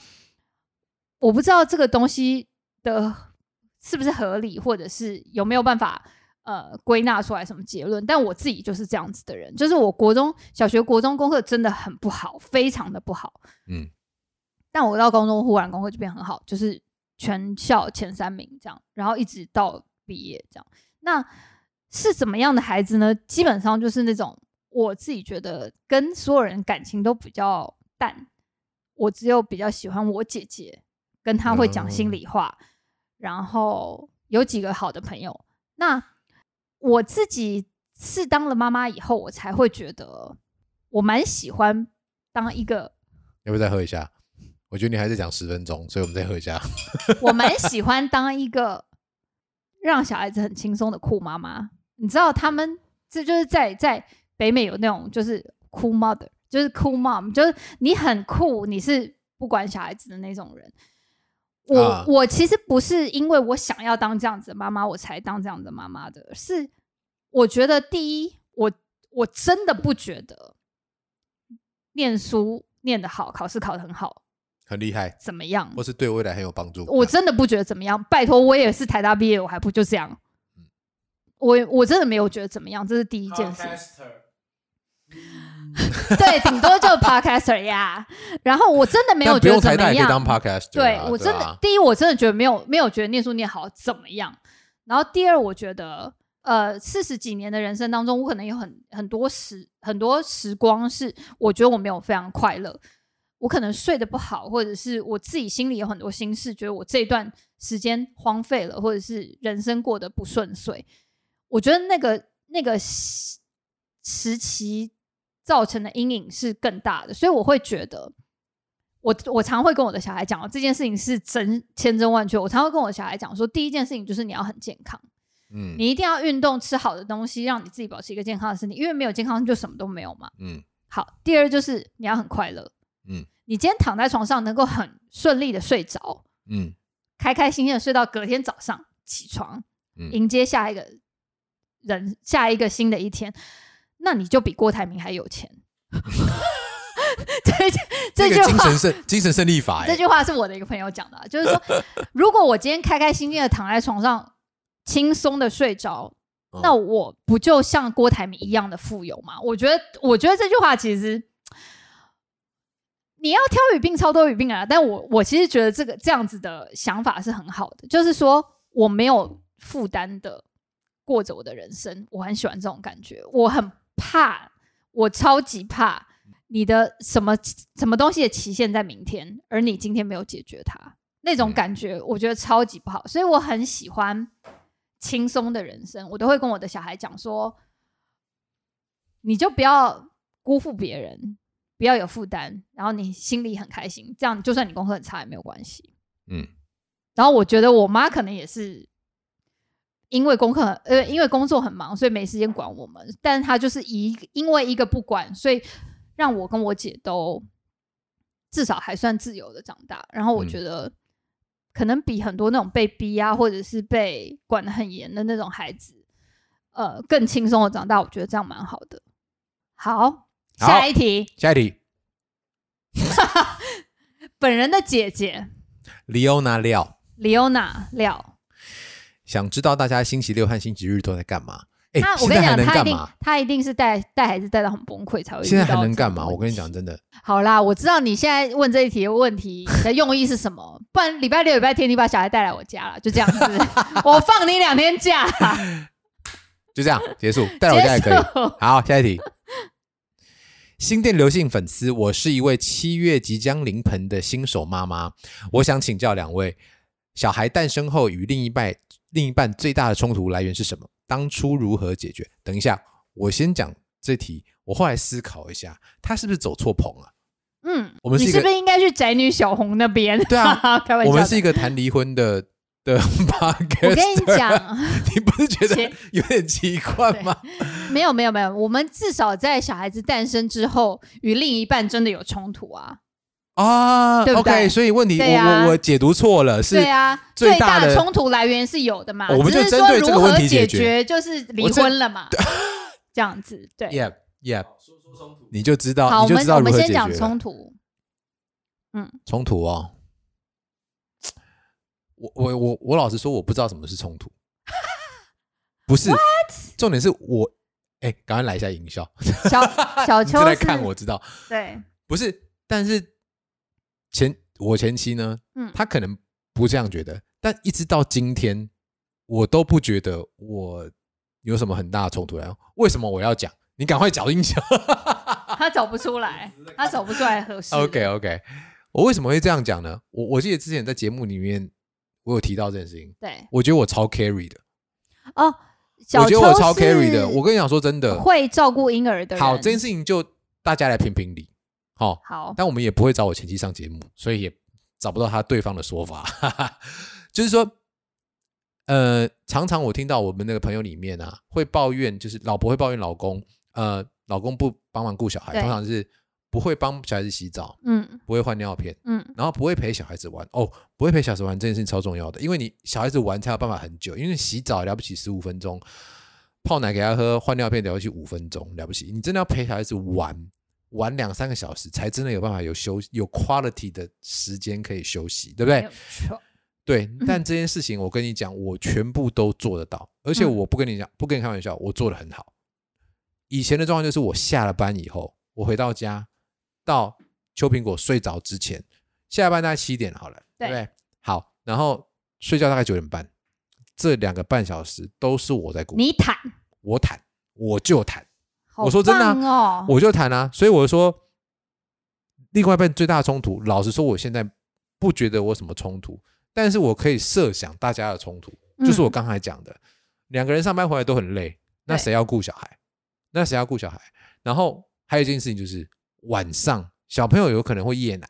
S3: 我不知道这个东西的是不是合理，或者是有没有办法呃归纳出来什么结论。但我自己就是这样子的人，就是我国中小学、国中功课真的很不好，非常的不好。
S1: 嗯，
S3: 但我到高中忽然功课就变很好，就是全校前三名这样，然后一直到毕业这样。那是怎么样的孩子呢？基本上就是那种我自己觉得跟所有人感情都比较淡，我只有比较喜欢我姐姐，跟她会讲心里话，然后有几个好的朋友。那我自己是当了妈妈以后，我才会觉得我蛮喜欢当一个
S1: 要不要再喝一下？我觉得你还在讲十分钟，所以我们再喝一下。
S3: 我蛮喜欢当一个让小孩子很轻松的酷妈妈。你知道，他们这就是在在北美有那种就是酷 mother，就是酷 mom，就是你很酷，你是不管小孩子的那种人。我、
S1: 啊
S3: 我其实不是因为我想要当这样子的妈妈，我才当这样子的妈妈的，是我觉得第一，我我真的不觉得念书念得好，考试考得很好
S1: 很厉害，
S3: 怎么样，
S1: 或是对未来很有帮助。
S3: 我
S1: 这样
S3: 真的不觉得怎么样。拜托，我也是台大毕业，我还不就这样？
S1: 嗯
S3: 我我真的没有觉得怎么样，这是第一件事。
S2: Podcaster
S3: 对，顶多就 podcaster 呀。然后我真的没有
S1: 但不
S3: 觉得
S1: 用
S3: 怎
S1: 台
S3: 么
S1: 大也可以当啊
S3: 样。
S1: podcast，
S3: 对我真的，第一，我真的觉得没有没有觉得念书念好怎么样。然后第二，我觉得呃，四十几年的人生当中，我可能有很很多时很多时光是我觉得我没有非常快乐。我可能睡得不好，或者是我自己心里有很多心事，觉得我这一段时间荒废了，或者是人生过得不顺遂。我觉得那个那个时时期造成的阴影是更大的，所以我会觉得，我我常会跟我的小孩讲，哦这件事情是真千真万确。我常会跟我的小孩讲说，第一件事情就是你要很健康。
S1: 嗯
S3: 你一定要运动，吃好的东西，让你自己保持一个健康的身体，因为没有健康就什么都没有嘛。
S1: 嗯
S3: 好，第二就是你要很快乐，
S1: 嗯，
S3: 你今天躺在床上能够很顺利的睡着，
S1: 嗯
S3: 开开心心的睡到隔天早上起床，
S1: 嗯
S3: 迎接下一个人下一个新的一天，那你就比郭台铭还有钱。 这这句
S1: 个精
S3: 话
S1: 神胜 精神胜利法、
S3: 这
S1: 欸，
S3: 句话是我的一个朋友讲的啊、 就是说，如果我今天开开心心的躺在床上，轻松的睡着，
S1: 嗯
S3: 那我不就像郭台铭一样的富有吗？我觉得，我觉得这句话其实你要挑语病，超多语病啊。但我我其实觉得这个这样子的想法是很好的，就是说我没有负担的过着我的人生，我很喜欢这种感觉，我很怕，我超级怕。你的什么什么东西的期限在明天，而你今天没有解决它，那种感觉我觉得超级不好。所以我很喜欢轻松的人生，我都会跟我的小孩讲说，你就不要辜负别人，不要有负担，然后你心里很开心，这样就算你功课很差也没有关系。
S1: 嗯，
S3: 然后我觉得我妈可能也是。因为功课很呃，因为工作很忙，所以没时间管我们。但她就是一因为一个不管，所以让我跟我姐都至少还算自由的长大。然后我
S1: 嗯
S3: 觉得，可能比很多那种被逼啊，或者是被管得很严的那种孩子，呃，更轻松的长大。我觉得这样蛮好的。好，下一题，
S1: 下一题
S3: 本人的姐姐
S1: ，Leona 廖，
S3: Leona 廖，
S1: 想知道大家星期六和星期日都在干嘛？哎、
S3: 她啊我
S1: 现
S3: 跟
S1: 在
S3: 你
S1: 还能
S3: 讲，她一
S1: 干
S3: 定
S1: 嘛？
S3: 她一定是带带孩子带到很崩溃才会遇到
S1: 现在还能
S3: 这种
S1: 干嘛？我
S3: 问
S1: 跟你
S3: 题
S1: 讲，真的，
S3: 好啦，我知道你现在问这一题的问题，你的用意是什么？ 不然礼拜六、礼拜天你把小孩带来我家了，就这 样子，我放你两天假，
S1: 就这样结束， 带来我家也可以。
S3: 以。
S1: 好，下一题。新店刘姓粉丝，我是一位七月即将临盆的新手妈妈，我想请教两位，小孩诞生后与另一半另一半最大的冲突来源是什么？当初如何解决？等一下，我先讲这题。我后来思考一下，他是不是走错棚啊？
S3: 嗯，
S1: 我们是
S3: 你
S1: 一个
S3: 是不是应该去宅女小红那边？
S1: 对啊，
S3: 开
S1: 我
S3: 玩笑
S1: 们
S3: 的。
S1: 是一个谈离婚的 的 podcast。
S3: 我跟你，讲，
S1: 你不是觉得
S3: 切
S1: 有点奇怪吗？
S3: 没有没有没有，我们至少在小孩子诞生之后，与另一半真的有冲突啊。
S1: 啊
S3: 对不
S1: o
S3: 对
S1: k 所以问题我
S3: 对啊
S1: 我我解读错了，是
S3: 对啊，
S1: 最
S3: 最
S1: 大的哦
S3: 的冲突来源是有的嘛，
S1: 我们就
S3: 只是
S1: 针
S3: 说
S1: 对这个
S3: 如
S1: 问
S3: 何
S1: 题解
S3: 解
S1: 决
S3: 就是离
S1: 我这
S3: 婚了嘛， 这样子对。
S1: Yep, yep，
S2: 好说说冲突，
S1: 你就知
S3: 好，
S1: 道，
S3: 我
S1: 你就
S3: 们
S1: 知道
S3: 我
S1: 如
S3: 们
S1: 何解
S3: 先
S1: 决
S3: 讲
S1: 了
S3: 冲突。嗯
S1: 冲突哦。我我我我老实说，我不知道什么是冲突。不 是，重点是我，哎、赶快来一下营销。
S3: 小小
S1: 你
S3: 秋
S1: 正在
S3: 是
S1: 看，我知道，
S3: 对，
S1: 不是，但是前我前妻呢，
S3: 嗯，
S1: 她可能不这样觉得，但一直到今天，我都不觉得我有什么很大的冲突来。哦为什么我要讲？你赶快找营销。
S3: 他走不出来，他走不出来合适。
S1: OK OK，我为什么会这样讲呢？我我记得之前在节目里面，我有提到这件事情，
S3: 对
S1: 我觉得我超 carry 的，
S3: 哦，
S1: 我
S3: 小
S1: 觉
S3: 秋
S1: 得我超
S3: 是
S1: carry 的。我跟你讲说真的，
S3: 会照顾婴儿的人。
S1: 好，这件事情就大家来评评理，好、
S3: 好，
S1: 但我们也不会找我前妻上节目，所以也找不到他对方的说法。 哈哈，就是说，呃，常常我听到我们那个朋友里面啊，会抱怨，就是老婆会抱怨老公，呃，老公不帮忙顾小孩，
S3: 对
S1: 通常是不会帮小孩子洗澡，
S3: 嗯
S1: 不会换尿片。
S3: 嗯，
S1: 然后不会陪小孩子玩哦，不会陪小孩子玩这件事情超重要的，因为你小孩子玩才有办法很久，因为洗澡了不起十五分钟，泡奶给他喝，换尿片了不起五分钟，了不起，你真的要陪小孩子玩玩两三个小时，才真的有办法有休有 quality 的时间可以休息，对不
S3: 没
S1: 对
S3: 有？错，
S1: 对，但
S3: 嗯
S1: 这件事情我跟你讲，我全部都做得到，而且
S3: 嗯
S1: 我不跟你讲，不跟你开玩笑，我做的很好。以前的状况就是我下了班以后，我回到家，到秋苹果睡着之前，下班大概七点好了，对
S3: 对
S1: 不对？好，然后睡觉大概九点半，这两个半小时都是我在顾，
S3: 你坦，
S1: 我谈，我就谈，
S3: 好
S1: 我说真的啊
S3: 棒哦，
S1: 我就谈啊。所以我说，另外一半最大的冲突，老实说，我现在不觉得我有什么冲突，但是我可以设想大家的冲突，就是我
S3: 嗯
S1: 刚才讲的，两个人上班回来都很累，那谁要顾小孩？那谁要顾小孩？然后还有一件事情就是晚上小朋友有可能会夜奶，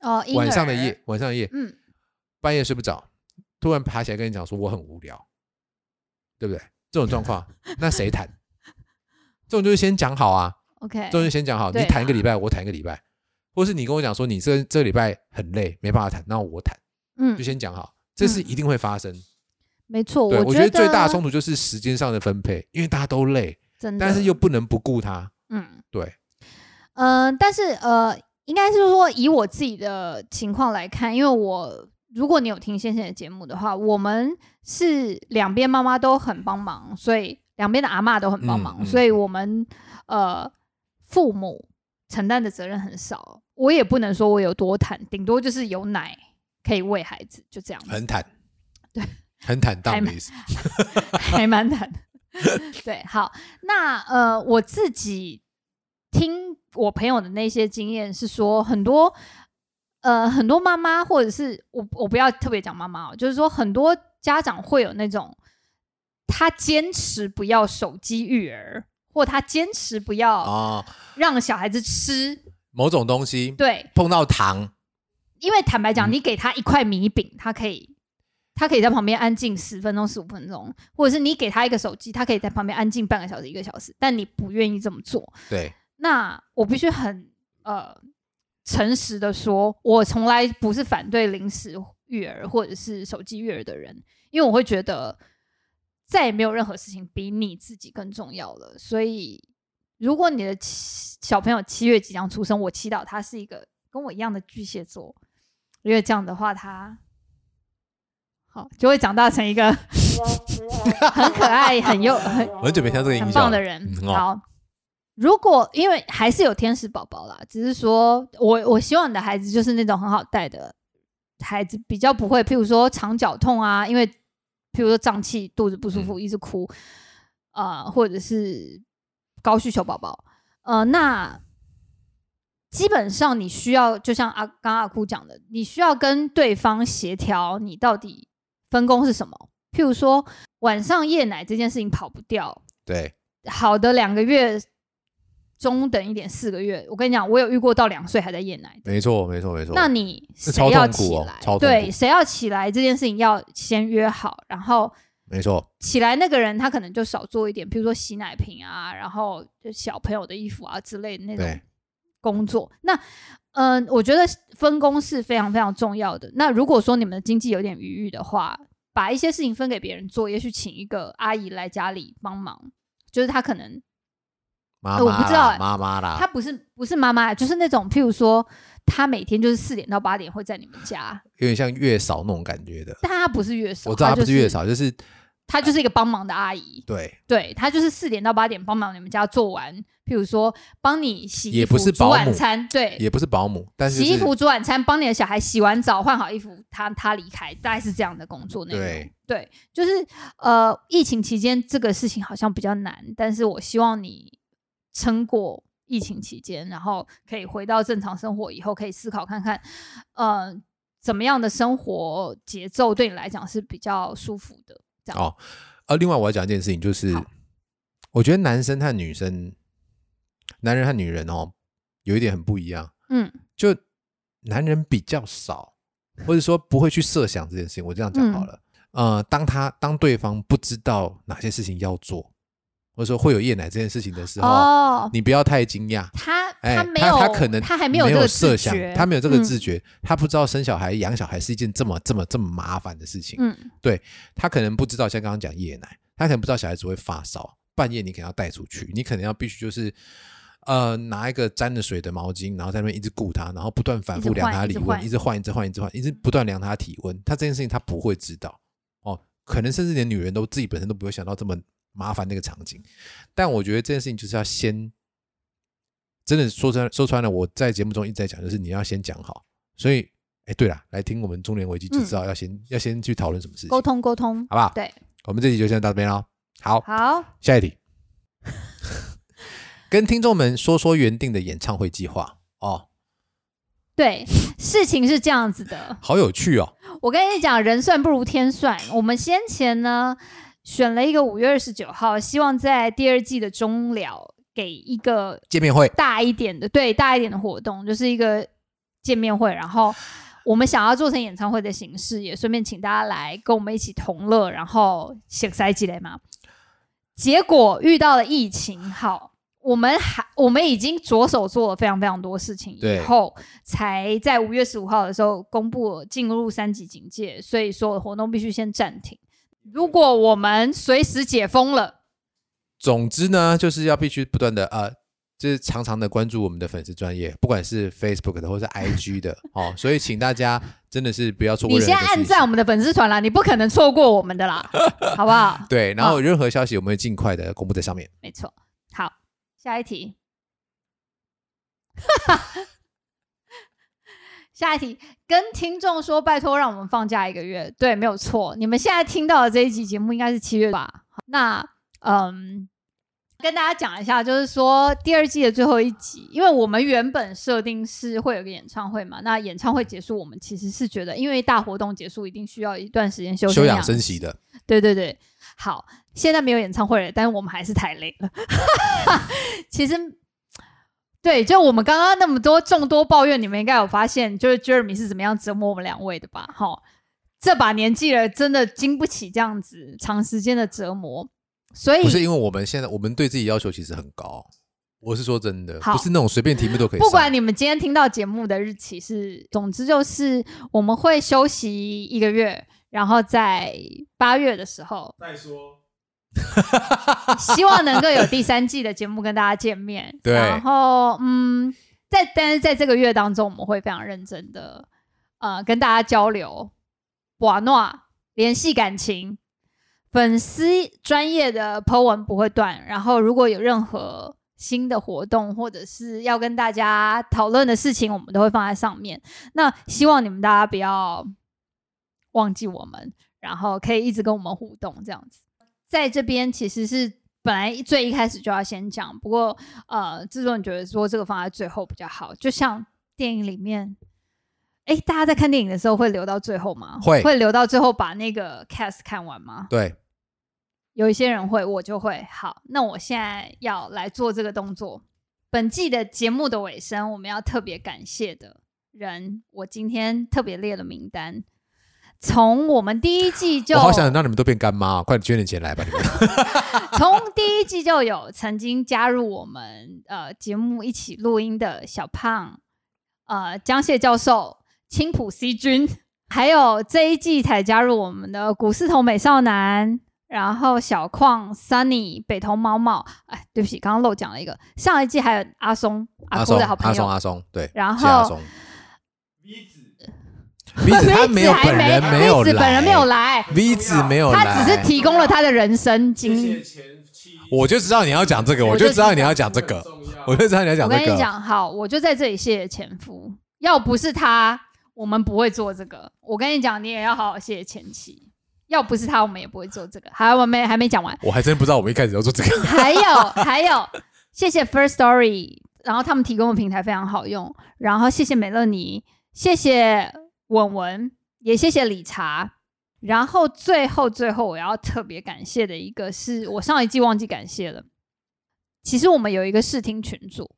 S3: 哦，婴
S1: 晚上的
S3: 儿
S1: 夜，，晚上的夜，
S3: 嗯，
S1: 半夜睡不着，突然爬起来跟你讲说我很无聊，对不对？这种状况，那谁谈？这种就是先讲好啊，
S3: ，OK，
S1: 这种就先讲好，你
S3: 对啊
S1: 谈一个
S3: 啦
S1: 礼拜，我谈一个礼拜，或是你跟我讲说你这这个礼拜很累，没办法谈，那我谈，
S3: 嗯
S1: 就，先讲好，这是一定会发生。
S3: 没错，
S1: 对，我
S3: 觉
S1: 得最大的冲突就是时间上的分配，因为大家都累，
S3: 真的，
S1: 但是又不能不顾他。
S3: 嗯
S1: 对，
S3: 嗯、但是呃，应该是说以我自己的情况来看，因为我如果你有听先生的节目的话，我们是两边妈妈都很帮忙，所以两边的阿嬷都很帮忙，
S1: 嗯嗯
S3: 所以我们呃父母承担的责任很少。我也不能说我有多坦，顶多就是有奶可以喂孩子，就这样子，
S1: 很坦，
S3: 嗯 对，
S1: 很坦荡的意思。
S3: 还蛮难的。对，好，那呃，我自己听我朋友的那些经验是说，很多呃很多妈妈或者是我我不要特别讲妈妈哦，就是说很多家长会有那种他坚持不要手机育儿，或他坚持不要
S1: 哦，
S3: 让小孩子吃，
S1: 某种东西
S3: 对，
S1: 碰到糖，
S3: 因为坦白讲，
S1: 嗯
S3: 你给他一块米饼，他可以，他可以在旁边安静十分钟、十五分钟，或者是你给他一个手机，他可以在旁边安静半个小时、一个小时。但你不愿意这么做，
S1: 对，
S3: 那我必须很呃诚实的说，我从来不是反对零食育儿或者是手机育儿的人，因为我会觉得再也没有任何事情比你自己更重要了。所以，如果你的七小朋友七月即将出生，我祈祷他是一个跟我一样的巨蟹座，因为这样的话他。好，就会长大成一个 很可爱、很幼、很
S1: 我很久没听到这个音
S3: 哦很
S1: 效
S3: 棒
S1: 了
S3: 的。人。
S1: 嗯哦
S3: 好，如果因为还是有天使宝宝啦，只是说我我希望你的孩子就是那种很好带的孩子，比较不会，譬如说肠绞痛啊，因为譬如说胀气、肚子不舒服、一直哭，呃，或者是高需求宝宝，呃，那。基本上，你需要就像阿刚刚阿哭讲的，你需要跟对方协调，你到底分工是什么。譬如说，晚上夜奶这件事情跑不掉，
S1: 对，
S3: 好的两个月，中等一点四个月。我跟你讲，我有遇过到两岁还在夜奶的。
S1: 没错，没错，没错。
S3: 那你
S1: 是
S3: 谁
S1: 超
S3: 要
S1: 痛苦
S3: 起
S1: 哦
S3: 来？
S1: 超痛
S3: 对，
S1: 苦
S3: 谁要起来这件事情要先约好，然后
S1: 没错，
S3: 起来那个人他可能就少做一点，比如说洗奶瓶啊，然后就小朋友的衣服啊之类的那种
S1: 对
S3: 工作。那嗯、我觉得分工是非常非常重要的。那如果说你们的经济有点余裕的话，把一些事情分给别人做，也许请一个阿姨来家里帮忙，就是她可能
S1: 妈妈
S3: 呃我
S1: 啦，
S3: 不知道欸
S1: 妈妈
S3: 她
S1: 啦，
S3: 不是不是妈妈，就是那种譬如说，她每天就是四点到八点会在你们 家，
S1: 有点像月嫂那种感觉的。
S3: 但她不是月嫂，
S1: 我知道她
S3: 她
S1: 不
S3: 就是
S1: 月，嫂，就是
S3: 她就是一个帮忙的阿姨。
S1: 对，
S3: 对，她就是四点到八点帮忙你们家做完，譬如说帮你洗衣
S1: 也
S3: 服、
S1: 不是
S3: 煮
S1: 保
S3: 晚
S1: 姆
S3: 餐，对，
S1: 也不是保姆，但是
S3: 洗衣
S1: 就是
S3: 服、煮晚餐，帮你的小孩洗完澡、换好衣服，他他离开，大概是这样的工作内容。
S1: 对
S3: 对，就是呃，疫情期间这个事情好像比较难，但是我希望你撑过疫情期间，然后可以回到正常生活以后，可以思考看看，呃，怎么样的生活节奏对你来讲是比较舒服的。这样，
S1: 哦，呃，另外我要讲一件事情，就是
S3: 好
S1: 我觉得男生和女生，男人和女人哦，有一点很不一样，
S3: 嗯
S1: 就男人比较少，或者说不会去设想这件事情。我这样讲
S3: 嗯
S1: 好了，呃，当他当对方不知道哪些事情要做，或者说会有夜奶这件事情的时候，
S3: 哦，
S1: 你不要太惊讶。
S3: 他
S1: 哎，
S3: 没有，
S1: 他可能
S3: 他还没
S1: 有
S3: 这个
S1: 设
S3: 自
S1: 想
S3: 觉，，
S1: 他没有这个
S3: 嗯
S1: 自觉，他不知道生小孩、养小孩是一件这么、这么、这么麻烦的事情。
S3: 嗯
S1: 他可能不知道，像刚刚讲夜奶，他可能不知道小孩子会发烧，半夜你可能要带出去，你可能要必须就是呃拿一个沾了水的毛巾，然后在那边一直顾他，然后不断反复量他体温，
S3: 一
S1: 一直换，一直换，一直换，一直不断量他体温。他这件事情他不会知道哦，可能甚至连女人都自己本身都不会想到这么麻烦那个场景。但我觉得这件事情就是要先，真的说穿说穿了，我在节目中一直在讲，就是你要先讲好，所以。哎，对了，来听我们中年危机就知道要先、要先去讨论什么事情，
S3: 沟通沟通，
S1: 好不好？
S3: 对，
S1: 我们这集就先到这边喽。好，
S3: 好，
S1: 下一题， 跟听众们说说原定的演唱会计划哦，
S3: 对，事情是这样子的。
S1: 好有趣哦。
S3: 我跟你讲，人算不如天算。我们先前呢选了一个五月二十九号，希望在第二季的中了给一个
S1: 见面会
S3: 大一点的，对大一点的活动，就是一个见面会。然后我们想要做成演唱会的形式，也顺便请大家来跟我们一起同乐，然后写塞积累嘛。结果遇到了疫情，好，我们还我们已经着手做了非常非常多事情，以
S1: 对
S3: 后才在五月十五号的时候公布了进入三级警戒，所以所有的活动必须先暂停。如果我们随时解封了，
S1: 总之呢，就是要必须不断的呃，就是常常的关注我们的粉丝专业，不管是 Facebook 的或是 IG 的哦，所以请大家真的是不要错过
S3: 你
S1: 任何
S3: 先
S1: 的讯息。
S3: 按赞我们的粉丝团啦，你不可能错过我们的 啦，好不好？
S1: 对，然后
S3: 啊
S1: 任何消息我们会尽快的公布在上面。
S3: 没错。好，下一题。 下一题，跟听众说，拜托让我们放假一个月。对，没有错。你们现在听到的这一集节目应该是七月吧？那嗯，跟大家讲一下，就是说第二季的最后一集，因为我们原本设定是会有个演唱会嘛，那演唱会结束，我们其实是觉得，因为大活动结束一定需要一段时间休
S1: 休
S3: 养
S1: 养生息的，
S3: 对对对，好，现在没有演唱会了，但是我们还是太累了。 其实，对，就我们刚刚那么多众多抱怨，你们应该有发现，就是 Jeremy 是怎么样折磨我们两位的吧？哈，这把年纪了，真的经不起这样子长时间的折磨，所
S1: 不是
S3: 以
S1: 因为我们现在我们对自己要求其实很高，我是说真的，
S3: 好
S1: 不是那种随便题目都可以上。
S3: 不管你们今天听到节目的日期是，总之就是我们会休息一个月，然后在八月的时候
S2: 再说，
S3: 希望能够有第三季的节目跟大家见面。
S1: 对
S3: 然后嗯，在但是在这个月当中，我们会非常认真的呃跟大家交流，瓦诺联系感情，粉丝专业的 Po 文不会断。然后如果有任何新的活动或者是要跟大家讨论的事情，我们都会放在上面。那希望你们大家不要忘记我们，然后可以一直跟我们互动这样子。在这边其实是本来最一开始就要先讲，不过呃，制作人觉得说这个放在最后比较好，就像电影里面。哎，大家在看电影的时候会留到最后吗？
S1: 会
S3: 会留到最后把那个 cast 看完吗？
S1: 对，
S3: 有一些人会，我就会。好，那我现在要来做这个动作。本季的节目的尾声，我们要特别感谢的人，我今天特别列了名单。从我们第一季就
S1: 我好想让你们都变干妈、快点捐点钱来吧，你们。
S3: 从第一季就有曾经加入我们呃节目一起录音的小胖，呃江蟹教授、青浦 C 君，还有这一季才加入我们的股市头美少男，然后小矿 Sunny、北投毛毛，哎，对不起，刚刚漏讲了一个，上一季还有阿松，
S1: 阿
S3: 姑
S1: 松，
S3: 的啊好
S1: 阿
S3: 朋
S1: 松，
S3: 友，
S1: 阿松，对，
S3: 然
S1: 谢谢阿
S3: 后
S1: 松。
S2: V 子
S1: V 子他没有
S3: 还
S1: 本人没有
S3: 妹子
S1: 来，
S3: 本人没有来，
S1: V 子没有来，
S3: 他只是提供了他的人生经
S2: 谢谢
S3: 历。
S2: 前妻，
S1: 我就知道你要讲这个，
S3: 我
S1: 我
S3: 就
S1: 就知道你要讲这个，
S2: 重要，
S1: 我就知道你要
S3: 我
S1: 讲
S3: 跟
S1: 这
S3: 你
S1: 个。
S3: 讲，好，我就在这里谢谢前夫，要不是他，我们不会做这个。我跟你讲，你也要好好谢谢前妻，要不是他，我们也不会做这个。还有我没还没讲完，
S1: 我还真不知道我们一开始要做这个。
S3: 还有 还有，谢谢 First Story，然后他们提供的平台非常好用，然后谢谢美乐妮，谢谢文文，也谢谢理查。然后最后最后我要特别感谢的一个是我上一季忘记感谢了，其实我们有一个试听群组，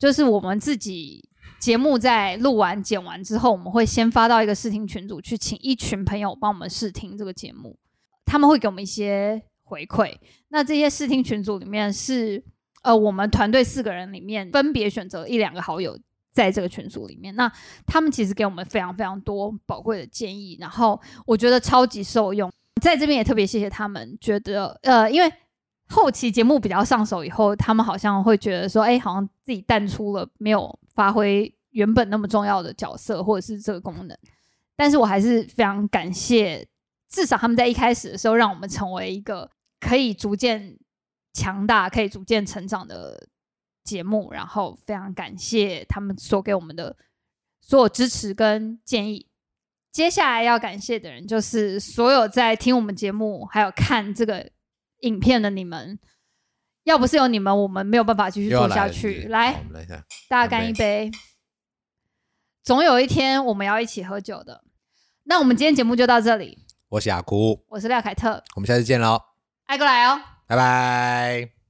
S3: 就是我们自己节目在录完剪完之后，我们会先发到一个试听群组去，请一群朋友帮我们试听这个节目，他们会给我们一些回馈。那这些试听群组里面是呃，我们团队四个人里面分别选择一两个好友在这个群组里面，那他们其实给我们非常非常多宝贵的建议，然后我觉得超级受用。在这边也特别谢谢他们，觉得呃，因为后期节目比较上手以后，他们好像会觉得说，哎、好像自己淡出了，没有发挥原本那么重要的角色或者是这个功能。但是我还是非常感谢，至少他们在一开始的时候，让我们成为一个可以逐渐强大、可以逐渐成长的节目。然后非常感谢他们所给我们的所有支持跟建议。接下来要感谢的人，就是所有在听我们节目还有看这个影片的你们。要不是有你们，我们没有办法继续
S1: 又要
S3: 做
S1: 来
S3: 下
S1: 了是不
S3: 去。
S1: 是
S3: 来
S1: 好，我们来一下。
S3: 大家干一杯。总有一天我们要一起喝酒的。那我们今天节目就到这里，
S1: 我是雅姑，
S3: 我是廖凯特，
S1: 我们下次见喽，
S3: 爱过来哦。
S1: 拜拜。